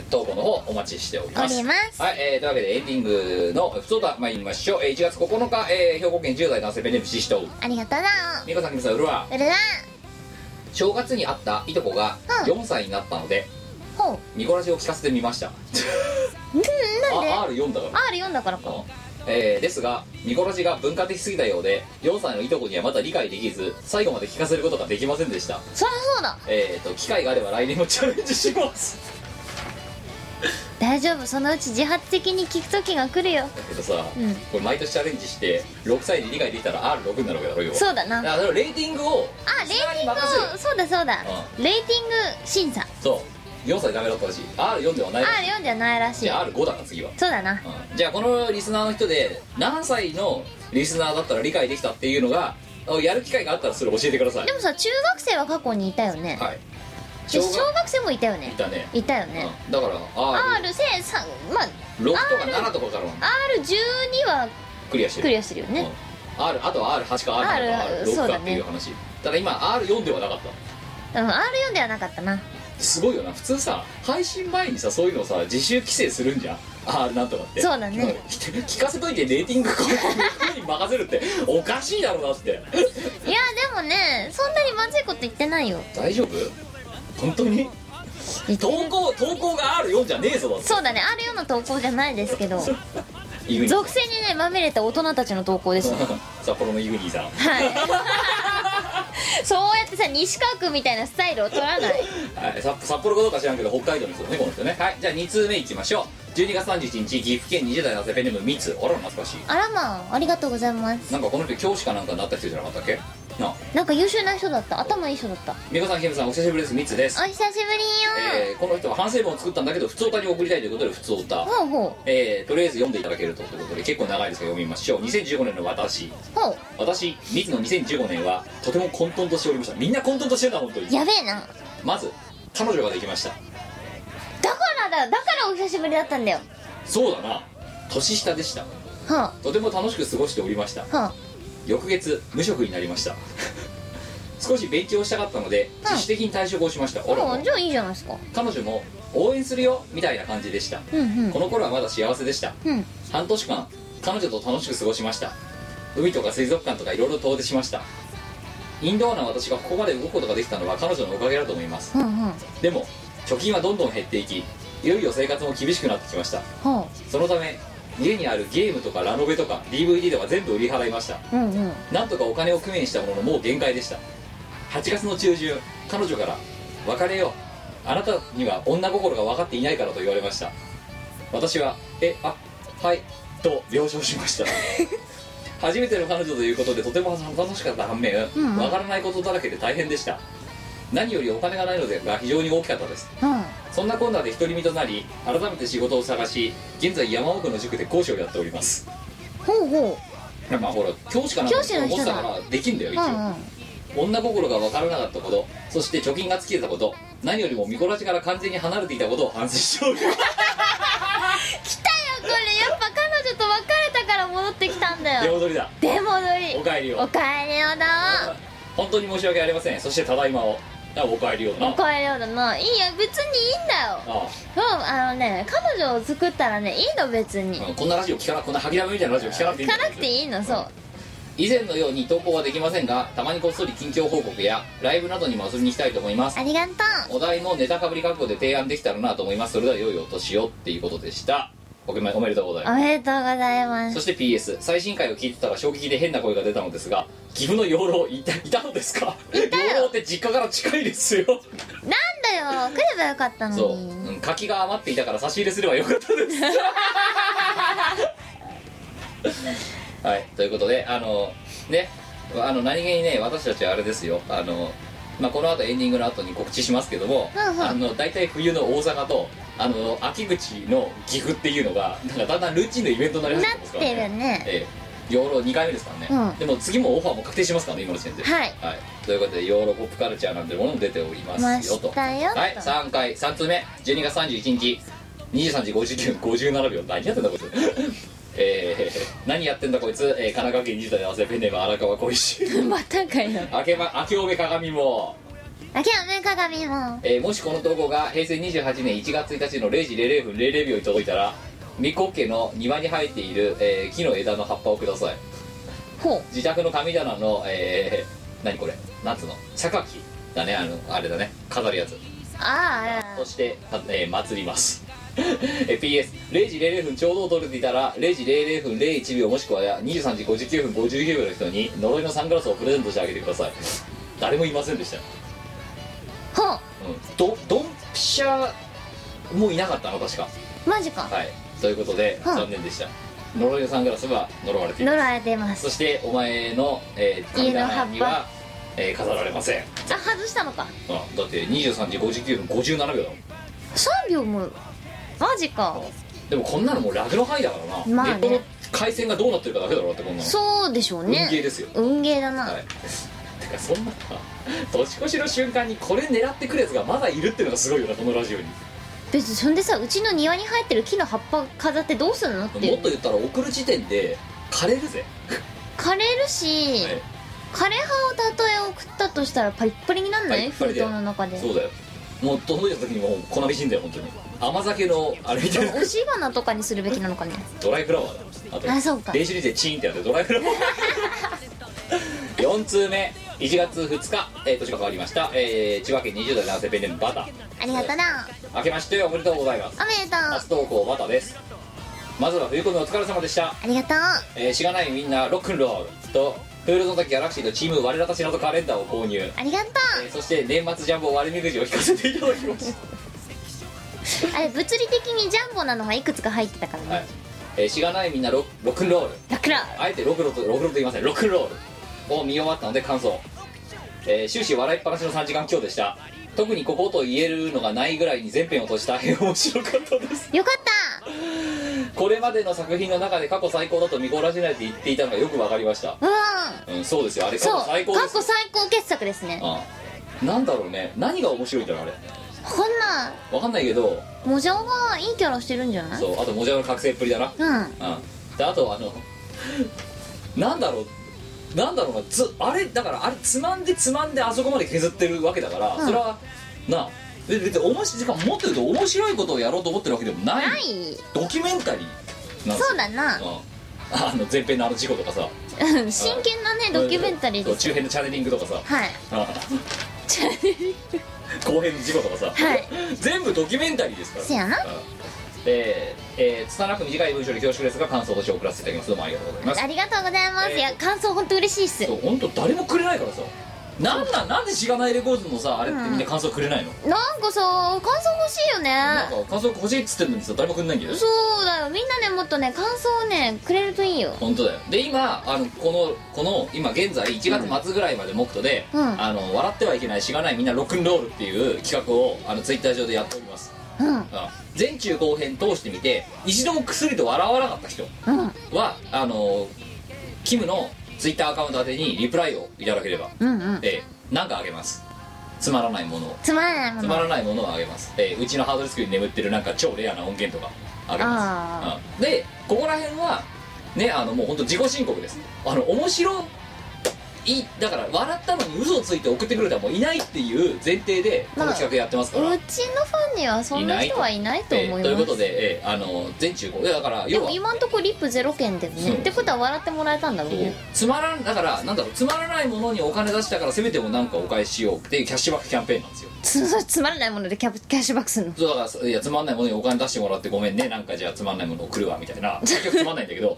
ー、投稿の方お待ちしておりおますりますはい、えー、というわけでエンディングの普通だ参りましょう、えー、1月9日、えー、兵庫県10代男性ベネフィシシトウありがとうな美香さんキムさんうるわうるな正月に会ったいとこがう4歳になったので、ほうミコラジを聞かせてみましたなんであ R4 だから R 読んだからかえーですがミコラジが文化的すぎたようで4歳のいとこにはまだ理解できず最後まで聞かせることができませんでしたそりゃそうだえっ、と機会があれば来年もチャレンジします大丈夫そのうち自発的に聞く時が来るよだけどさ、うんこれ毎年チャレンジして6歳で理解できたら R6 になるわけだろ要はそうだなだからそのレーティングをあレーティング下に任せるをそうだそうだうレーティング審査そう4歳ダメだったらしい R4 ではないらし R い読んじゃないらしいじゃそあ R5 だから次は、うだなうんじゃあこのリスナーの人で何歳のリスナーだったら理解できたっていうのがやる機会があったらそれ教えてくださいでもさ中学生は過去にいたよねはいで小学生もいたよいねたねいたよねうんだから R6 R せさまあとか7とかからは R12 はクリアしてるクリアしてるよねうん R あとは R8 か R7 R そか R6 うかだねっていう話ただ今 R4 ではなかっうん R4 ではなかったなたすごいよな普通さ配信前にさそういうのさ自習規制するんじゃん R なんと かってそうだね聞かせといてレーティングこうに任せるっておかしいだろうなっていやでもねそんなにまずいこと言ってないよ大丈夫本当に言って投稿投稿が R4 じゃねえぞだってそうだね R4 の投稿じゃないですけどイグニ属性にねまみれた大人たちの投稿ですね 札幌のイグニーさんはい そうやってさ西川君みたいなスタイルを取らないはい、札札幌かどうか知らんけど北海道の人ねこの人ねはいじゃあ2通目いきましょう12月31日岐阜県20代男性ペンネームミツあら懐かしいあらまあありがとうございますなんかこの人教師かなんかになった人じゃなかったっけなあなんか優秀な人だった頭いい人だった美香さんキムさんお久しぶりですミツですお、久しぶりよ、えーこの人は反省文を作ったんだけど普通歌に送りたいということで普通歌、ほうほえーとりあえず読んでいただけるということで結構長いですが読みましょう2015年の私うほ私ミツの2015年はとても混沌としておりましたみんな混沌としてるな本当うにやべえなまず彼女ができましただからだだからお久しぶりだったんだよそうだな年下でしたはとても楽しく過ごしておりましたあは翌月無職になりました少し勉強したかったのでうん自主的に退職をしました、ああらはあじゃあいいじゃないですか彼女も応援するよみたいな感じでした、うんうんこの頃はまだ幸せでした、うん半年間彼女と楽しく過ごしました海とか水族館とかいろいろ遠出しましたインドアな私がここまで動くことができたのは彼女のおかげだと思いますはあはでも貯金はどんどん減っていきいよいよ生活も厳しくなってきましたあはそのため家にあるゲームとかラノベとか DVD とか全部売り払いましたあうんうんなんとかお金を工面したもののもう限界でした8月の中旬彼女から「別れようあなたには女心が分かっていないから」と言われました私は「えあはい」と了承しま した初めての彼女ということでとても楽しかった反面ん分からないことだらけで大変でした何よりお金がないのでが非常に大きかったですはそんなこんなで独り身となり改めて仕事を探し現在山奥の塾で講師をやっておりますあほうほいやまあほら教師かなんか教師の人思だってたからできんだよう一う応、んうん女心が分からなかったことそして貯金が尽きてたこと何よりも見こらしから完全に離れていたことを反省しております これやっぱ彼女と別れたから戻ってきたんだ出よ戻りだでもおり帰りおをかえりよだ本当に申し訳ありませんそしてただいまをあお帰りをなおかえりよだないいよ別にいいんだよあうんあのね彼女を作ったらねいいの別にあうんこんなラジオ聞かなこんな吐きだめみたいなラジオ聞かなくていい聞んだかよなくていいのそう以前のように投稿はできませんがたまにこっそり近況報告やライブなどにも遊びに行きたいと思いますありがとうお題もネタかぶり覚悟で提案できたらなと思いますそれでは良いお年をっていうことでしたおめおめでとうございますおめでとうございますそして PS 最新回を聞いてたら衝撃で変な声が出たのですが岐阜の養老いたいたのですか養老って実家から近いですよなんだよ来ればよかったのそう、にうん、柿が余っていたから差し入れすればよかったですはいということであのねあの何気にね私たちはあれですよあのまあ、この後エンディングの後に告知しますけども、うんうんあの大体冬の大阪とあの秋口の岐阜っていうのがなんかだんだんルーチンのイベントになり始めてますから、来てるねええ、養老2回目ですからね、うんでも次もオファーも確定しますからね今の時点ではいはい、ということで養老ポップカルチャーなんてものも出ておりまますよとしたよはいと3回3通目12月31日23時59 57秒何やってんだこいつ えー、何やってんだこいつ、えー神奈川県20代の汗ペンネーム荒川小 石またかよ明けま明けおめ鏡もあけおめ鏡もえーもしこの投稿が平成28年1月1日の0時00分00秒に届いたらみこ家の庭に生えている、えー木の枝の葉っぱをくださいほう自宅の神棚のえー、何これなんつうの榊だねあのあれだね飾るやつああそして、たえー祭ります えー PS0 時00分ちょうど取れていたら0時00分01秒もしくは23時59分59秒の人に呪いのサングラスをプレゼントしてあげてください誰もいませんでしたほうんどドンピシャもういなかったの確かうマジかはいということではあ残念でした呪いのサングラスは呪われてい呪るわれてますそしてお前の、えー、神家の棚葉っぱには、えー飾られません、うん、あ外したのかだって23時59分57秒だもん3秒もマジかでもこんなのもうラグの範囲だからな、まあねネットの回線がどうなってるかだけだろだってこんなのそうでしょう運ゲーねですよ運ゲーだな、はいてかそんなさ年越しの瞬間にこれ狙ってくるやつがまだいるっていうのがすごいよなこのラジオに別にそんでさうちの庭に生えてる木の葉っぱ飾ってどうすんのっていもっうと言ったら送る時点で枯れるぜ枯れるし、はい枯れ葉をたとえ送ったとしたらパリッパリになんパなリいッパ封リ筒だよの中でそうだよもう届いた時にもう粉火死んだよ本当に甘酒のあれみたいな押し花とかにするべきなのかねドライフラワーだあとあそうか電子レンジでチーンってやってドライフラワ ー4通目1月2日、えー年が変わりました、えー千葉県20代男性ペンネームバタありがとうな明けましておめでとうございますおめでとうあ初投稿バタですまずは冬コミお疲れ様でした、りがとうえーしがないみんなロックンロールとプールの時ギャラクシーとチーム我らたちなどカレンダーを購入、ありがとえーそして年末ジャンボ割れみくじを引かせていただきましたうあれ物理的にジャンボなのがいくつか入ってたからね、はい、えーしがないみんなロロックンロールラクラあえてロクロとロクロと言いませんロックンロールを見終わったので感想、えー終始笑いっぱなしの3時間強でした特にここと言えるのがないぐらいに全編を閉じ大変 面白かったですよかっこれまでの作品の中で過去最高だと見こらしないで言っていたのがよくわかりましたたうんうんそうですよあれ過そう去最高で過す去最高傑作ですねああなんだろうね何が面白いんだろうあれこんなわかんないけどモジャオがいいキャラしてるんじゃないそうあともじゃの覚醒っぷりだなうんうんであとあのなんだろうなんだろうなつあれだからあれつまんでつまんであそこまで削ってるわけだから、それはなあで別に面白い時間持ってると面白いことをやろうと思ってるわけでもないないドキュメンタリーなんですよそうだなうんあの前編のあの事故とかさうん真剣なねドキュメンタリーそでうす中編のチャネリングとかさはい うん後編の事故とかさ、はい全部ドキュメンタリーですからせやなうんで、えー、つたなく短い文章で恐縮ですが感想として送らせていただきますどうもありがとうございますありがとうございますいや感想本当嬉しいっすそう本当誰もくれないからさなんなんなんでしがないレコードのさあれってみんな感想くれないの、なんかさ感想欲しいよなんねか感想欲しいっつってんのにさ誰もくれないんだよそうだよみんなねもっとね感想をねくれるといいよ本当だよで今あのこのこの今現在1月末ぐらいまで目途で、うんあの笑ってはいけないしがないみんなロックンロールっていう企画をあのツイッター上でやっております、うんあ前中後編通してみて一度もくすりと笑わなかった人うんはあのキムのツイッターアカウント宛てにリプライをいただければ、うんうんえーなんかあげますつまらないものをつまらないつもまのらないものをあげます、えーうちのハードディスクに眠ってるなんか超レアな音源とかあげまあす、うんでここら辺はねあのもう本当自己申告ですあの面白いだから笑ったのに嘘をついて送ってくれたらもういないっていう前提でこの企画やってますから、うちのファンにはそんな人はいないとえ思ーいますということで、えーあの全中高いやだからで要もは今んとこリップゼロ件だよねそうってことは笑ってもらえたんだろうねつまらんだからなんだろうつまらないものにお金出したからせめてもなんかお返ししようっていうキャッシュバックキャンペーンなんですよつつまらないものでキャブキャッシュバックするのそうだからいやつまんないものにお金出してもらってごめんねなんかじゃあつまんないもの送るわみたいな結局つまんないんだけど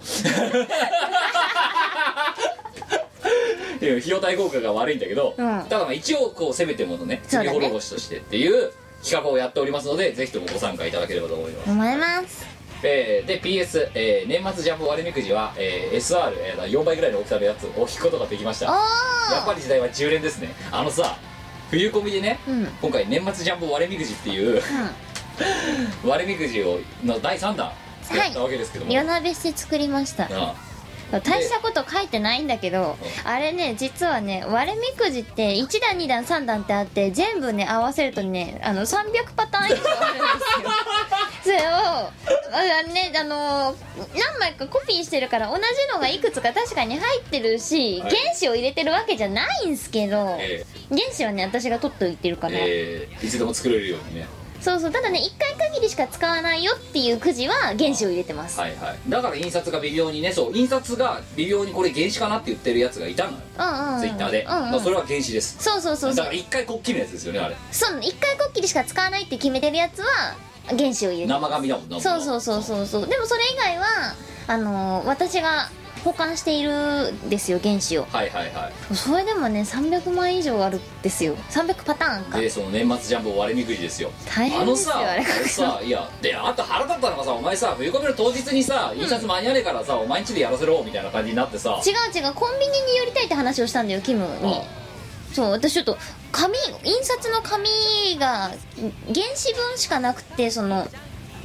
いや費用対効果が悪いんだけど、うんだからまあ一応こうせめてものねそうだね罪滅ぼしとしてっていう企画をやっておりますのでぜひともご参加いただければと思います思いますえーで PS、えー年末ジャンボ割れみくじは、えー SR4、えー4倍ぐらいの大きさのやつを引くことができましたやっぱり時代は10連ですねあのさ冬込みでね、うん今回年末ジャンボ割れみくじっていう、割れみくじをの第3弾やったわけですけども、夜なべして作りましたあ大したこと書いてないんだけどあれね実はね割れみくじって1段2段3段ってあって全部ね合わせるとねあの300パターン以上あるんですよそれをあねあの何枚かコピーしてるから同じのがいくつか確かに入ってるしは原い子を入れてるわけじゃないんすけど原え子はね私が取っといてるかーらえーいつでも作れるようにねそうそうただね1回限りしか使わないよっていうくじは原子を入れてますはいはいだから印刷が微妙にねそう印刷が微妙にこれ原子かなって言ってるやつがいたのよ、うんうんうんツイッターで、うんうんまあそれは原子ですそうそうそうそだうから一回こっきりのやつですよねあれそう一回こっきりしか使わないって決めてるやつは原子を入れて生紙だもんなそうそうそうそうそうでもそれ以外はあのー私が保管しているんですよ原子をはいはいはそれでもね300枚以上あるんですよ300パターンかいでその年末ジャンボ割れにくいですよ大あ変でのすよさああれれさいやであと腹立ったのがさお前さ冬コミの当日にさ印刷間に合わねえからさ、お前んちでやらせろみたいな感じになってさ違う違うコンビニに寄りたいって話をしたんだよキムにあそう私ちょっと紙印刷の紙が原子分しかなくてその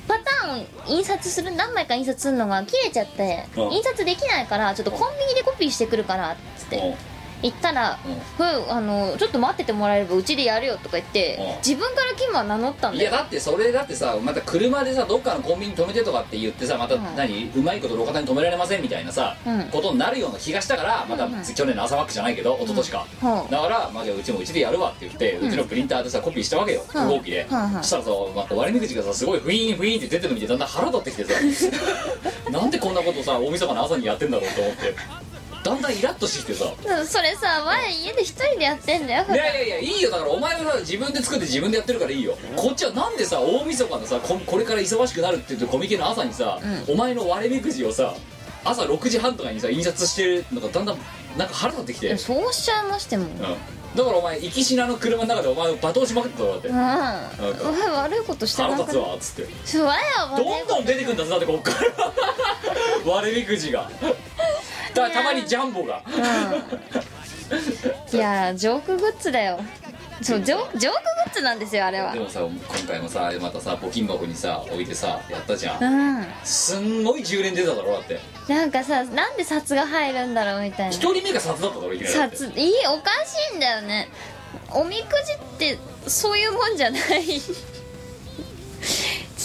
パターンを印刷する何枚か印刷するのが切れちゃってあ印刷できないからちょっとコンビニでコピーしてくるからっつっうんて行ったらうん「うんあのちょっと待っててもらえればうちでやるよ」とか言ってうん自分からキムは名乗ったんいだやよだってそれだってさまた車でさどっかのコンビニ止めてとかって言ってさまたん何、うまいこと路肩に止められませんみたいなさ、うんことになるような気がしたからまた、去年の朝マックじゃないけど一昨年か、ほうだから、まあ、じゃあうちもうちでやるわって言って、うちのプリンターでさコピーしたわけよん不合機で、うんうそんしたらさ、まあ、割り口がさすごいフィーンフィーンって出てるの見てだんだん腹立ってきてさ なんでこんなことさ大晦日の朝にやってんだろうと思ってだんだんイラッとしてきてさうんそれさ前家で一人でやってんだよいやいやいやいいよだからお前はさ自分で作って自分でやってるからいいよこっちはなんでさ大晦日のさここれから忙しくなるって言ってコミケの朝にさ、お前の割れ目くじをさ朝6時半とかにさ印刷してるのがだんだんなんか腹立ってきて、うん、そうしちゃいましてもうんだからお前行きしなの車の中でお前を罵倒しまくってただってうん悪いことしてな腹く立なつわっつってそうわよどんどん出てくんだぞだってこっから 割れ目くじがだからたまにジャンボがいやージョークグッズだよそうジョークジョークグッズなんですよあれはでもさ今回もさまたさ募金箱にさ置いてさやったじゃんうんすんごい10連出ただろだってなんかさなんで札が入るんだろうみたい一な人目が札だっただろいきなりだって札いいおかしいんだよね おみくじってそういうもんじゃない違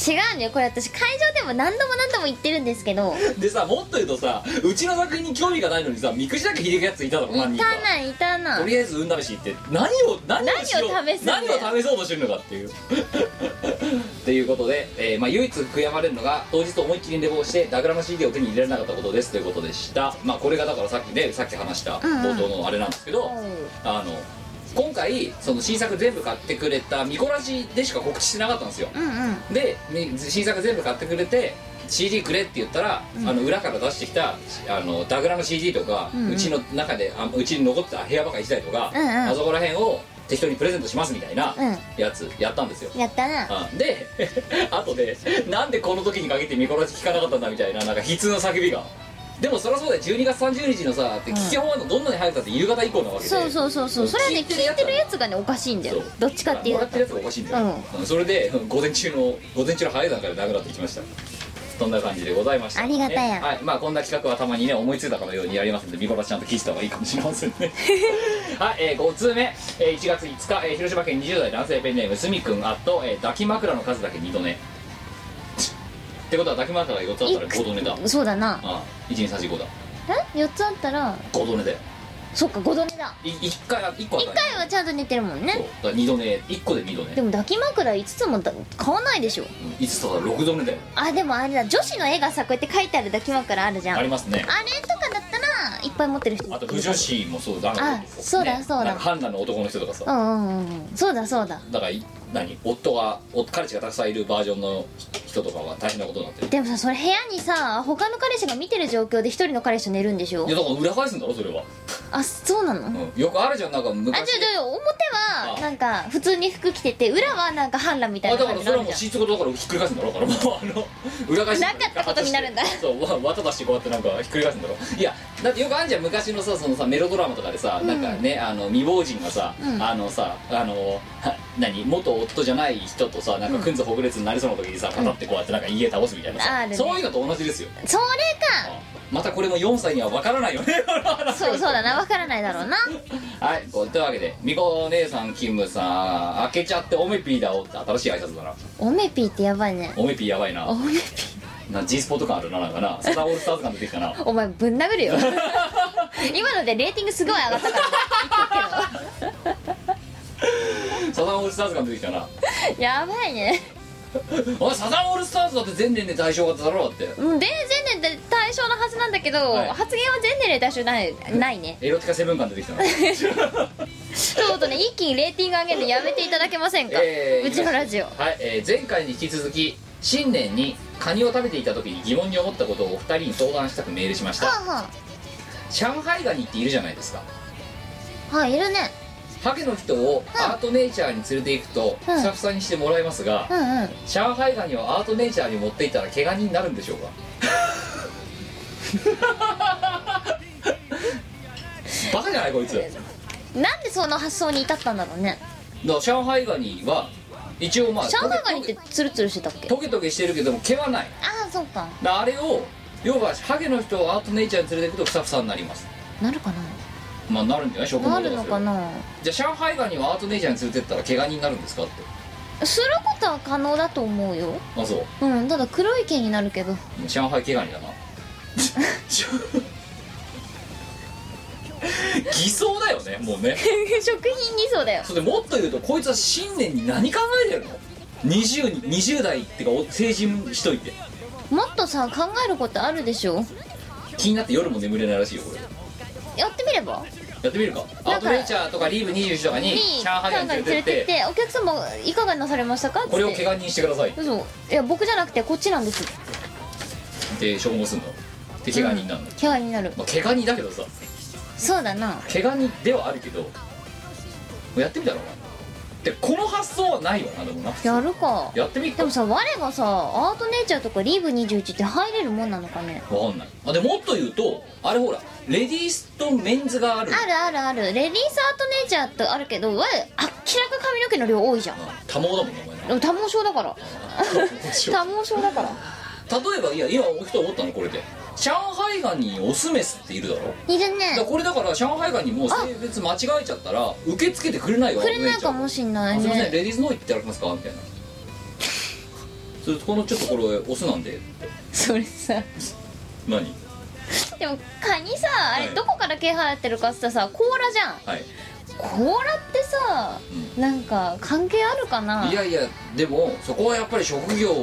違うんだよこれ私会場でも何度も何度も言ってるんですけどでさもっと言うとさうちの作品に興味がないのにさみくじだけ引いてくやついただろいた何人かないたなとりあえず運試し行って何を何をしよう何を試すんだよ何を試そうとしてるのかっていう っていうことで、えーまあ、唯一悔やまれるのが当日思いっきり寝坊してダグラマ CD を手に入れられなかったことですということでした、まあ、これがだからさっきねさっき話した冒頭のあれなんですけど、あの今回その新作全部買ってくれたミコラジでしか告知してなかったんですよ、でみ新作全部買ってくれて CD くれって言ったら、あの裏から出してきたあのダグラの CD とか、うちの中であうちに残ってた部屋ばかり1台とか、あそこら辺を適当にプレゼントしますみたいなやつやったんですよ、やったなあで 後でなんでこの時に限ってミコラジ聞かなかったんだみたいななんか悲痛な叫びがでもそりゃそうだよ12月30日のさって聞き終わるのどんなに早くたって夕方以降なわけでそうそうそうそうそれはね聞いてるやつがねおかしいんだよそうどっちかっていもうらってとるやつがおかしいんだよ、うんそれでうん午前中の午前中の早い段階でなくなってきましたそんな感じでございましたありがたやねはいまあこんな企画はたまにね思いついたかのようにやりますんで見殺しちゃんと聞いてた方がいいかもしれませんねはい、え5通目、えー1月5日、えー広島県20代男性ペンネームすみくんあと、えー抱き枕の数だけ2度寝ってことは抱き枕が4つあったら5度寝だそうだなああ12345だえ4つあったら5度寝だよそっか5度寝だ1回1個あっ1た回はちゃんと寝てるもんね2度寝1個で2度寝でも抱き枕5つもだ買わないでしょ5つとか6度寝だよあでもあれだ女子の絵がさこうやって書いてある抱き枕あるじゃんあありれますねとかだったらいっぱい持ってる人あと不女子もそうだあそうだそうだなんか判断の男の人とかさ、うんうんうんうんそうだそうだだからい何夫がお彼氏がたくさんいるバージョンの人とかは大変なことになってるでもさそれ部屋にさ他の彼氏が見てる状況で一人の彼氏と寝るんでしょいやだから裏返すんだろそれは、あそうなのうん、よくあるじゃんなんかあ昔違う違う表あはなんか普通に服着てて裏はなんか反乱みたいあなだか感らじそれはになるもうじシーツごとだからひっくり返すんだろうからもうあの裏返しなかったことになるんだそうわわただしてこうやってなんかひっくり返すんだろいやだってよくあるじゃん昔のさそのさメロドラマとかでさ、なんかねあの未亡人がさ、あのさあのは何元夫じゃない人とさなんかくんずほぐれつになりそうな時にさパタってこうやってなんか家倒すみたいなさ、あるねそういうのと同じですよゃんそれあまたこれも4歳には分からないよねかそうそうだなわからない だろうなはいこうというわけでみこお姉さん勤務さん開けちゃっておめぴーだおって新しい挨拶だなオメピーってやばいねおめぴーやばいなオメピな G スポット感あるななんかなスター・オールスターズ感出てきたなお前ぶん殴るよ今のでレーティングすごい上がったから言っとくサザンオールスターズ感出てきたなけどやばいねおいサザンオールスターズだって全年で対象型だろだってうんで全年で対象のはずなんだけど、はい発言は全年で対象ないないねエロティカセブン感出てきた なちょっとね一気にレーティング上げるのやめていただけませんか、えーうちのラジオはい、えー前回に引き続き新年にカニを食べていた時に疑問に思ったことをお二人に相談したくメールしましたは上海ガニっているじゃないですかあはいいるねハゲの人をアートネイチャーに連れて行くとふさふさにしてもらえますが、うんうん上海ガニをアートネイチャーに持っていったら怪我人になるんでしょうか バカじゃないこいつだかなんでその発想に至ったんだろうねら上海ガニは一応まあ上海ガニってツルツルしてたっけトゲトゲしてるけども毛はないああそうかだからあれを要はハゲの人をアートネイチャーに連れて行くとふさふさになりますなるかまあなるんじゃない食な能なとるかのすかるなじゃあ上海ガニをアートネイチャーに連れてったら怪我人になるんですかってすることは可能だと思うよあそううんただ黒い毛になるけど上海毛ガニだな偽装だよねもうね 食品偽装だよそれでもっと言うとこいつは新年に何考えてるの 20, 20代っていうか成人しといてもっとさ考えることあるでしょ気になって夜も眠れないらしいよこれやってみればやってみるかアートレイチャーとかリーブ21とかにに上海ガ上ニ海連にれて連れっててってお客様いかがなされましたかっつってこれを怪我人にしてくださいそういや僕じゃなくてこっちなんですで消耗するので怪我人になるの、怪我になるまあ、怪我人だけどさそうだな怪我人ではあるけどやってみたらお前でこの発想はないよなでもな普通やるかやってみっでかもさ我がさアートネイチャーとかリーブ21って入れるもんなのかねわかんないあでもっと言うとあれほらレディースとメンズがあるあるあるあるレディースアートネイチャーってあるけど我明らか髪の毛の量多いじゃんうん多忙だもんねお前なでも多毛症 だから多毛症だから例えばいや今僕と思ったのこれで上海ガニオスメスっているだろいるだねからこれだから上海ガニもう性別間違えちゃったら受け付けてくれないよくれないかもしんれないすいませんねレディースの方行っていただけますかみたいなそれこのちょっとこれオスなんでそれさ何でもカニさあはれいどこから毛生えてるかっつったらさ甲羅じゃんはい甲羅ってさなんか関係あるかないやいやでもそこはやっぱり職業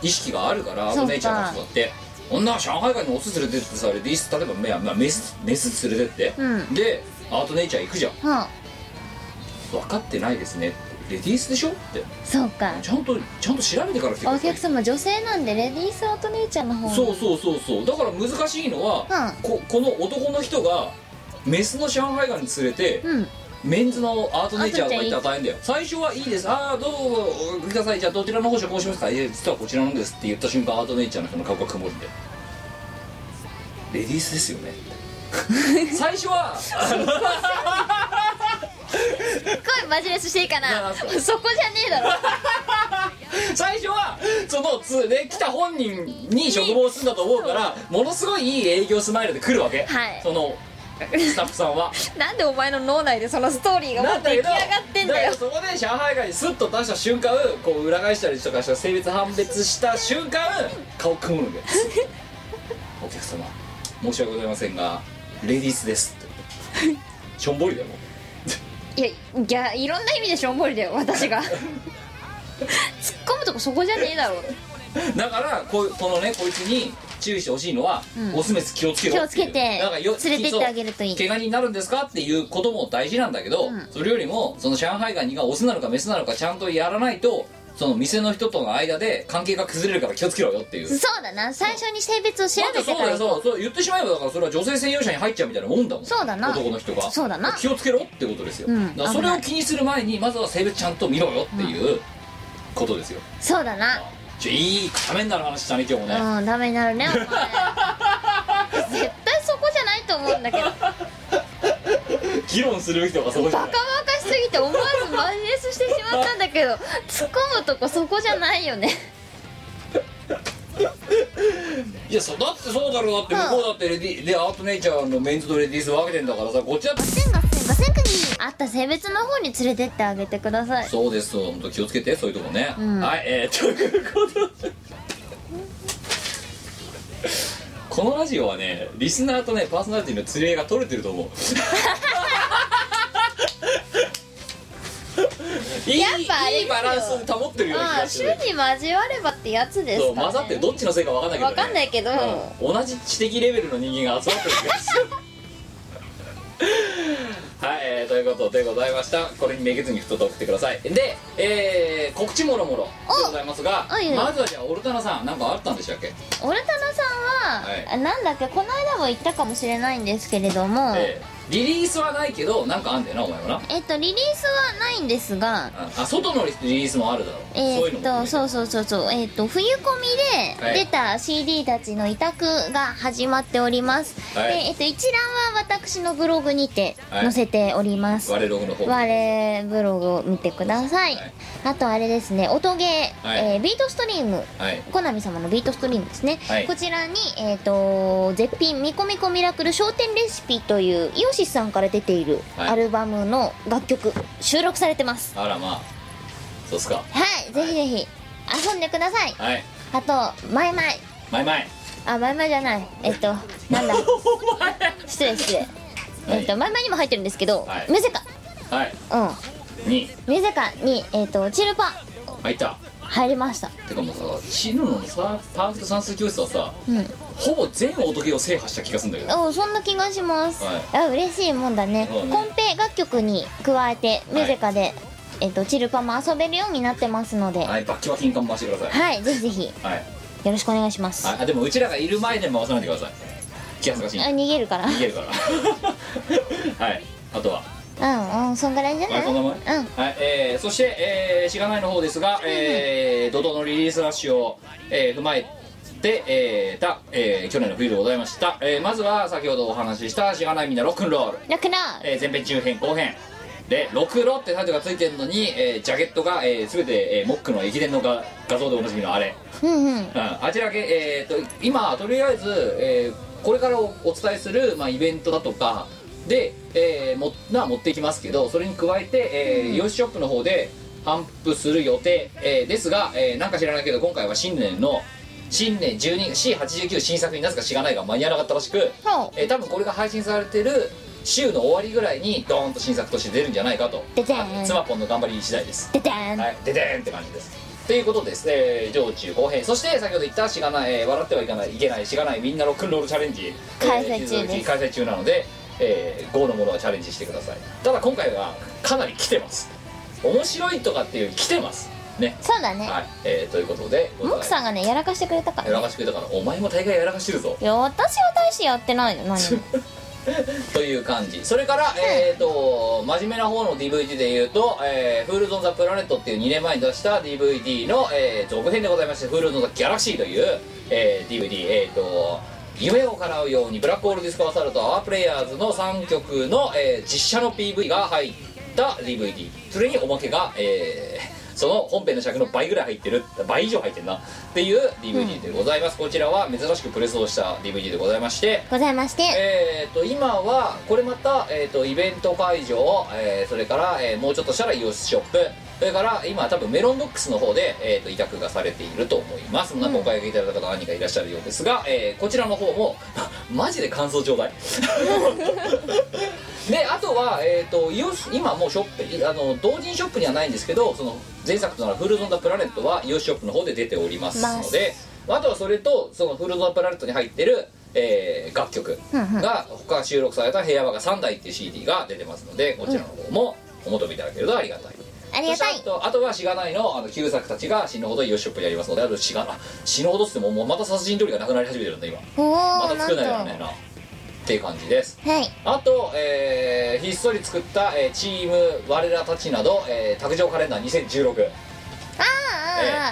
意識があるからそっかお姉ちゃんの人だって女は上海街にオス連れてってさリス例えばまあまあメスメス連れてって、うんでアートネイチャー行くじゃんはあ分かってないですねレディースでしょってそうかちゃんとちゃんと調べてから来てくおださい客様女性なんでレディースアート姉ちゃんの方そうそうそうそうだから難しいのは、ここの男の人がメスの上海ガに連れて、うんメンズのアートネイチャーとか言ったら大変だよ最初はいいですああどうぞお送りくださいじゃあどちらの方所申しますかいや実はこちらのですって言った瞬間アートネイチャーの人の顔が曇るんでレディースですよ ね最初は すっごいマジレスしていいかななあそうそこじゃね えだろ最初はそのつね来た本人に職望するんだと思うからものすごいいい営業スマイルで来るわけ、はいそのスタッフさんはなんでお前の脳内でそのストーリーがもう出来上がってんだよけどそこで上海街にスッと出した瞬間こう裏返したりとかした性別判別した瞬間顔曇 るんだよお客様申し訳ございませんがレディースですってしょんぼりだよもういやいやいろんな意味でしょんぼりだよ私が突っ込むとこそこじゃねえだろだからこうこのねこいつに注意してほしいのは、オスメス気をつけろっていう気をつけてなんかよ連れてってあげるといいそう怪我になるんですかっていうことも大事なんだけど、それよりもその上海ガニがオスなのかメスなのかちゃんとやらないとその店の人との間で関係が崩れるから気をつけろよっていうそうだな最初に性別を調だってべてそうかだらよそうそう言ってしまえばだからそれは女性専用車に入っちゃうみたいなもんだもんそうだな男の人がそうだな気をつけろってことですよ、うんだからそれを気にする前にまずは性別ちゃんと見ろよっていうことですよ、そうだなちょいいためになる話だね今日もね、うんダメにな るねお前絶対そこじゃないと思うんだけどバカ議論する人がそこじゃなバいカしすぎて思わずマジレスしてしまったんだけど突っ込むとこそこじゃないよねいやそうだってそうだろうだって向こうだってレディでアートネイチャーのメンズとレディース分けてんだからさこっちだってあった性別の方に連れてってあげてくださいそうですそう本当気をつけてそういうとこね、はいえー、ということでこのラジオはねリスナーとねパーソナリティの釣り合いが取れてると思ういいぱあれですよいいバランス保ってるような気ああがす主るに交わればってやつですそか、うね、混ざってどっちのせいか分かんないけど、ね、わかんないけどうん同じ知的レベルの人間が集まってる気がする はい、えーということでございましたこれにめげずに太と送ってくださいで、えー告知もろもろでございますがおいおいまずはじゃあオルタナさん何かあったんでしたっけオルタナさんは、はいあなんだっけこの間も言ったかもしれないんですけれども、えーリリースはないけどなんかあんだよなお前はなえっとリリースはないんですがああ外のリリースもあるだろう、えそういうーっのも含とめてそうそうそうそうえーっと冬コミはでい出た CD たちの委託が始まっております、はいでえーっと一覧は私のブログにて載せております、我ログの方我ブログを見てください、はいあとあれですね音ゲー、はいえービートストリームはいコナミ様のビートストリームですね、はいこちらに、えー、と絶品「みこみこミラクル商店レシピ」というイオシスさんから出ているはいアルバムの楽曲収録されてますあらまあそうっすかはい、ぜひぜひ遊んでくださいはいあと「マイマイマイマイ」あ「マイマイ」じゃないえっ、となんだ失礼失礼えっ、と「マイマイ」にも入ってるんですけど、はいメゼカはいうんにメゼカに、えっとチルパ入った入りましたてかもうさチヌのさパーフェクト算数教室はさうんほぼ全音ゲーを制覇した気がするんだけどおそんな気がします、はいあ嬉しいもんだねそうねコンペ楽曲に加えていメゼカで、えっとチルパも遊べるようになってますのでは、はいいバッキバキに頑張してくださいぜひぜひよはいろしくお願いします、あでもうちらがいる前で回さないでください気恥ずかしいあ逃げるから逃げるから はいあとはうんうんそんぐらいじゃなあいそんなもんねうんはいえーそして、えー、しがないの方ですが、えー、怒涛のリリースラッシュを、えー踏まえて、えーた、えー去年の冬でございました、えーまずは先ほどお話しした「しがないみんなロックンロール」楽なえー前編中編後編で「ろくろ」ってタイトルがついてるのに、えージャケットが、えー、全て、えーモックの駅伝の画画像でおなじみのあれ、うんうんうん、あちらけ、えー、と今とりあえず、えーこれからおお伝えする、まあ、イベントだとかで、えーもな持っていきますけどそれに加えて、えーイオシショップの方で頒布する予定、えーですが、えーなんか知らないけど今回は新年の新年 12C89 新作になぜか知らないが間に合わなかったらしく、ほうえー多分これが配信されてる週の終わりぐらいにドーンと新作として出るんじゃないかとででーん妻ポンの頑張り次第ですででーんはい、ででーんって感じです。ということです、えー、上中後編そして先ほど言ったしがない、えー笑ってはいかないいけないしがないみんなロックンロールチャレンジ開催中ですえー引き続き開催中なので、えー、GO のものはチャレンジしてくださいただ今回はかなり来てます面白いとかっていうより来てますねそうだねはい、えー、ということでモクさんがねやらかしてくれたかやららかしてくれたからお前も大概やらかしてるぞいや私は大してやってないよ何もという感じそれから、えっ、と真面目な方の DVD でいうと「えー、フールズ・オン・ザ・プラネット」っていう2年前に出した DVD の、えー続編でございまして「フールズ・オン・ザ・ギャラクシー」という、えー DVD えっ、と夢を叶うようにブラックホールディスコアサルトアワープレイヤーズの3曲の、えー実写の PV が入った DVD それにおまけが、えーその本編の尺の倍ぐらい入ってる倍以上入ってるなっていう DVD でございます、こちらは珍しくプレスをした DVD でございましてございましてえー、と今はこれまた、えー、とイベント会場、えーそれから、えーもうちょっとしたらイオシスショップそれから今多分メロンボックスの方で、えー、と委託がされていると思いますなんかお買い上げいただいた方何人かいらっしゃるようですが、えーこちらの方も マジで感想ちょうだいであとは、えー、とイオシ今もうショップあの同人ショップにはないんですけどその前作となる「フルゾンダプラネット」はイオシショップの方で出ておりますので、あとはそれとその「フルゾンダプラネット」に入ってる、えー楽曲が他収録された「部屋場が3台」っていう CD が出てますのでこちらの方もお求めいただけるとありがたい。ありがたいそしてあとあとはしがないのあの旧作たちが死ぬほどイオシショップでやりますのであとしがあ死ぬほどっつってももうまた殺人料理がなくなり始めてるんだ今おまーたな作らないからんねなっていう感じですとはいあと、えーひっそり作った、えーチーム我らたちなど、えー卓上カレンダー2016、あー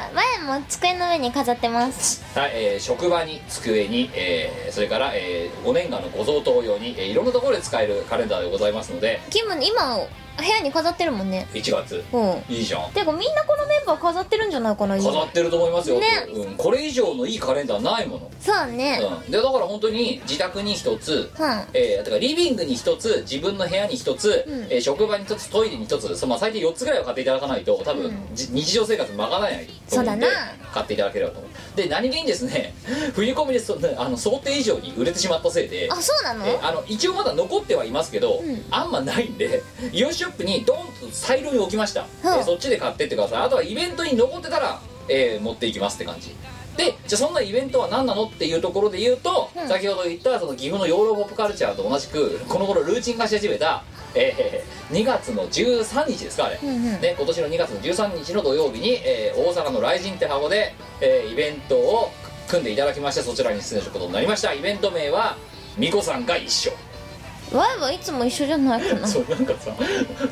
あー前も机の上に飾ってますはいえー職場に机に、えーそれから、え5年間のご贈答用に、えーいろんなところで使えるカレンダーでございますのでキム今部屋に飾ってるもんね1月うんいいじゃんてかみんなこのメンバー飾ってるんじゃないかな今飾ってると思いますよ、ねうん、これ以上のいいカレンダーないもの、そうねうん、でだから本当に自宅に1つうんえー、だからリビングに一つ自分の部屋に一つ、んえー職場に一つトイレに一つそ、まあ、最低4つぐらいは買っていただかないと多分、じ日常生活まかないと思うんでそうだ買っていただければと思うで何気にですね 冬コミでそあの想定以上に売れてしまったせいであそうなのえーあの一応まだ残ってはいますけど、あんまないんで イオシショップにドーンと大量に置きました、うんえーそっちで買ってってくださいあとはイベントに残ってたら、えー持っていきますって感じでじゃあそんなイベントは何なのっていうところで言うと、先ほど言ったその岐阜のヨーロポップカルチャーと同じくこの頃ルーチン化し始めた、えー2月の13日ですかあれ、ね、今年の2月の13日の土曜日に、えー大阪の雷神って箱で、えーイベントを組んでいただきましてそちらに出演することになりましたイベント名は「みこさんが一緒」ワイはいつも一緒じゃないかなそうなんかさ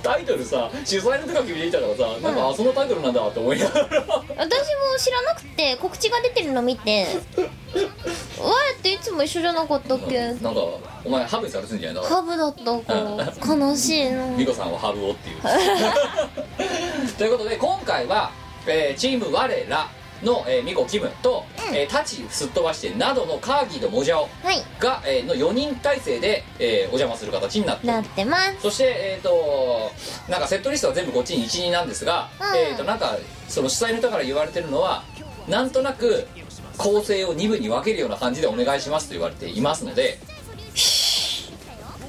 タイトルさ主催の手書き見てきたからさ、なんかあそのタイトルなんだって思いながら私も知らなくて告知が出てるの見てワイっていつも一緒じゃなかったっけなんかお前ハブにされてんじゃないんだからハブだったか悲しいな美子さんはハブをっていう ということで今回は、えーチーム我らの、えー、ミコキムと、えータチすっ飛ばしてなどのカーギーとモジャオはいが、えーの4人体制で、えーお邪魔する形になっておりますなってますそしてえっ、となんかセットリストは全部こっちに12なんですが、うんえっ、となんかその主催の人から言われてるのはなんとなく構成を2部に分けるような感じでお願いしますと言われていますので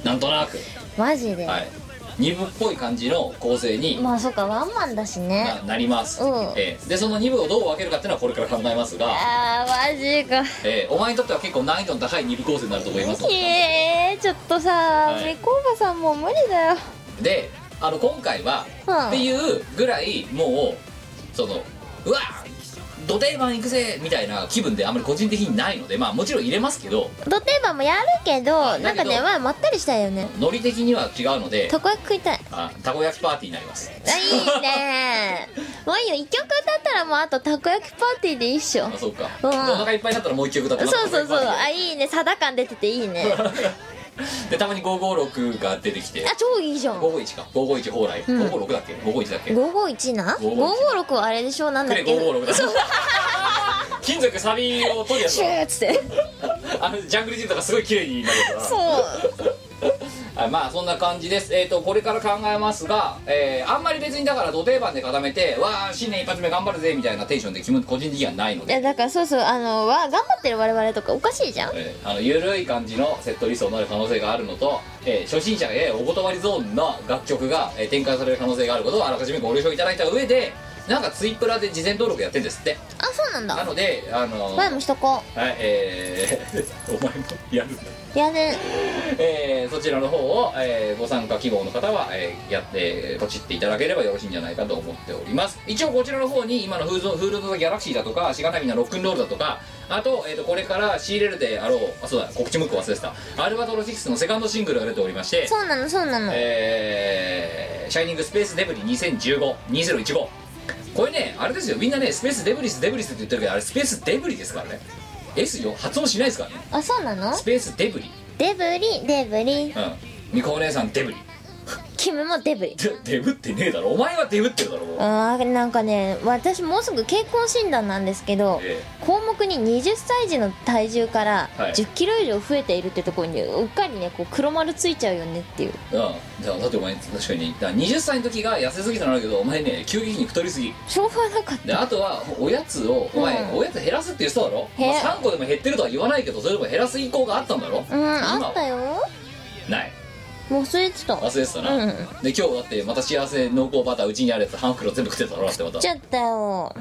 なんとなくマジで、はい2部っぽい感じの構成にまあそっかワンマンだしねななります、うんえーでその2部をどう分けるかっていうのはこれから考えますが、あーマジかえーお前にとっては結構難易度の高い2部構成になると思いますのでえー、ちょっとさはいみこおばさんもう無理だよであの今回は、うんっていうぐらいもうそのうわド定番行くぜみたいな気分であんまり個人的にないのでまあもちろん入れますけどドテーマもやるけどだなんけかどねワイまったりしたいよねノリ的には違うのでたこ焼き食い たいあたこ焼きパーティーになりますあいいねワイよ一曲歌ったらもうあとたこ焼きパーティーでいいっしょあそうか、うんお腹いっぱいになったらもう一曲歌ってそうそうそうああいいねサダ感出てていいね でたまに556が出てきてあ超いいじゃん551か551蓬莱、ん556だっけ551だっけ551な551 556はあれでしょなんだくれっけ556だ 金属サビを取るやつシューっつってあのジャングルジムとかすごい綺麗になるからそうああまあそんな感じですえっ、とこれから考えますが、えーあんまり別にだから土定番で固めてわあ新年一発目頑張るぜみたいなテンションで気分個人的にはないのいやで、だからそうそうあのわ頑張ってる我々とかおかしいじゃんえーあのゆるい感じのセットリストになる可能性があるのと、えー初心者へお断りゾーンの楽曲が、えー展開される可能性があることをあらかじめご了承いただいた上でなんかツイプラで事前登録やってんですってあそうなんなだのであの前もしとこはいえー、 お前もやるんだうやるえーそちらの方を、えーご参加希望の方は、えーやってポチっていただければよろしいんじゃないかと思っております一応こちらの方に今のフードフード・ザ・ギャラクシーだとかしがなみのロックンロールだとかあと,、えーとこれから仕入れるであろうあそうだ告知もう一個忘れてたアルバトロ6のセカンドシングルが出ておりましてそうなのそうなのえーシャイニングスペースデブリ2015、2015。これね、あれですよ、みんなね、スペースデブリス、デブリスって言ってるけど、あれスペースデブリですからね。S よ、発音しないですからね。あそうなのスペースデブリ。デブリデブうリん。みこお姉さん、デブリ。君もデブリでデブってねえだろ。お前はデブってるだろ、もうあーなんかね私もうすぐ健康診断なんですけど、え項目に20歳児の体重からはい1 0キロ以上増えているってところにうっかりねこう黒丸ついちゃうよねっていううん。じゃあ、だってお前、確かに、だから20歳の時が痩せすぎたのあるけど、お前ね、急激に太りすぎ。しょうがなかっであとはおやつをお前、うんおやつ減らすっていう人だろ、へまあ、3個でも減ってるとは言わないけどそれでも減らす意向があったんだろたうんあったよよないもう忘れてた忘れてたな、うんで今日だってまた幸せ濃厚バターうちにあるやつ半袋全部食ってたろだってまたちゃったよ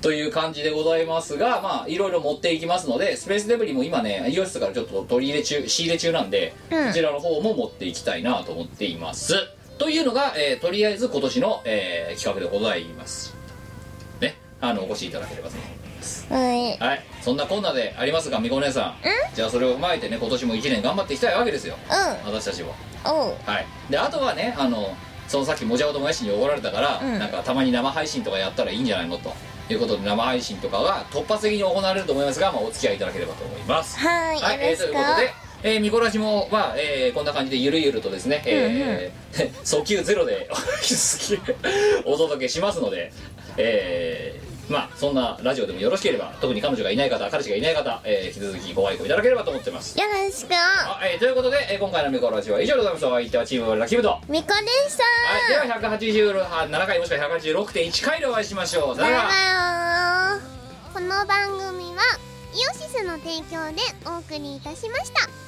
という感じでございますがまあいろいろ持っていきますのでスペースデブリも今ねイオシスからちょっと取り入れ中仕入れ中なんで、うんこちらの方も持っていきたいなと思っていますというのが、えーとりあえず今年の、えー企画でございますねあのお越しいただければと思いますはいはい、そんなこんなでありますが、みこ姉さん。じゃあそれを踏まえてね、今年も1年頑張っていきたいわけですよ。う私たちも。んおうはい。で、あとはね、あの、そのさっきもじゃおともやしに怒られたから、うんなんかたまに生配信とかやったらいいんじゃないのと。いうことで生配信とかが突発的に行われると思いますが、まあ、お付き合いいただければと思います。はいはい、よろしえーというく、ことで。えー、ミコラジもは、えーこんな感じでゆるゆるとですね、えー 訴求ゼロでお届けしますので、えーまあそんなラジオでもよろしければ特に彼女がいない方彼氏がいない方、えー引き続きご愛顧いただければと思ってますよろしくあ、えーということで、えー今回のミコラジは以上でございますお相手はチーム我らキムと、はみこでしたい、では187回もしくは186.1回でお会いしましょうさバよイならバイこの番組はイオシスの提供でお送りいたしました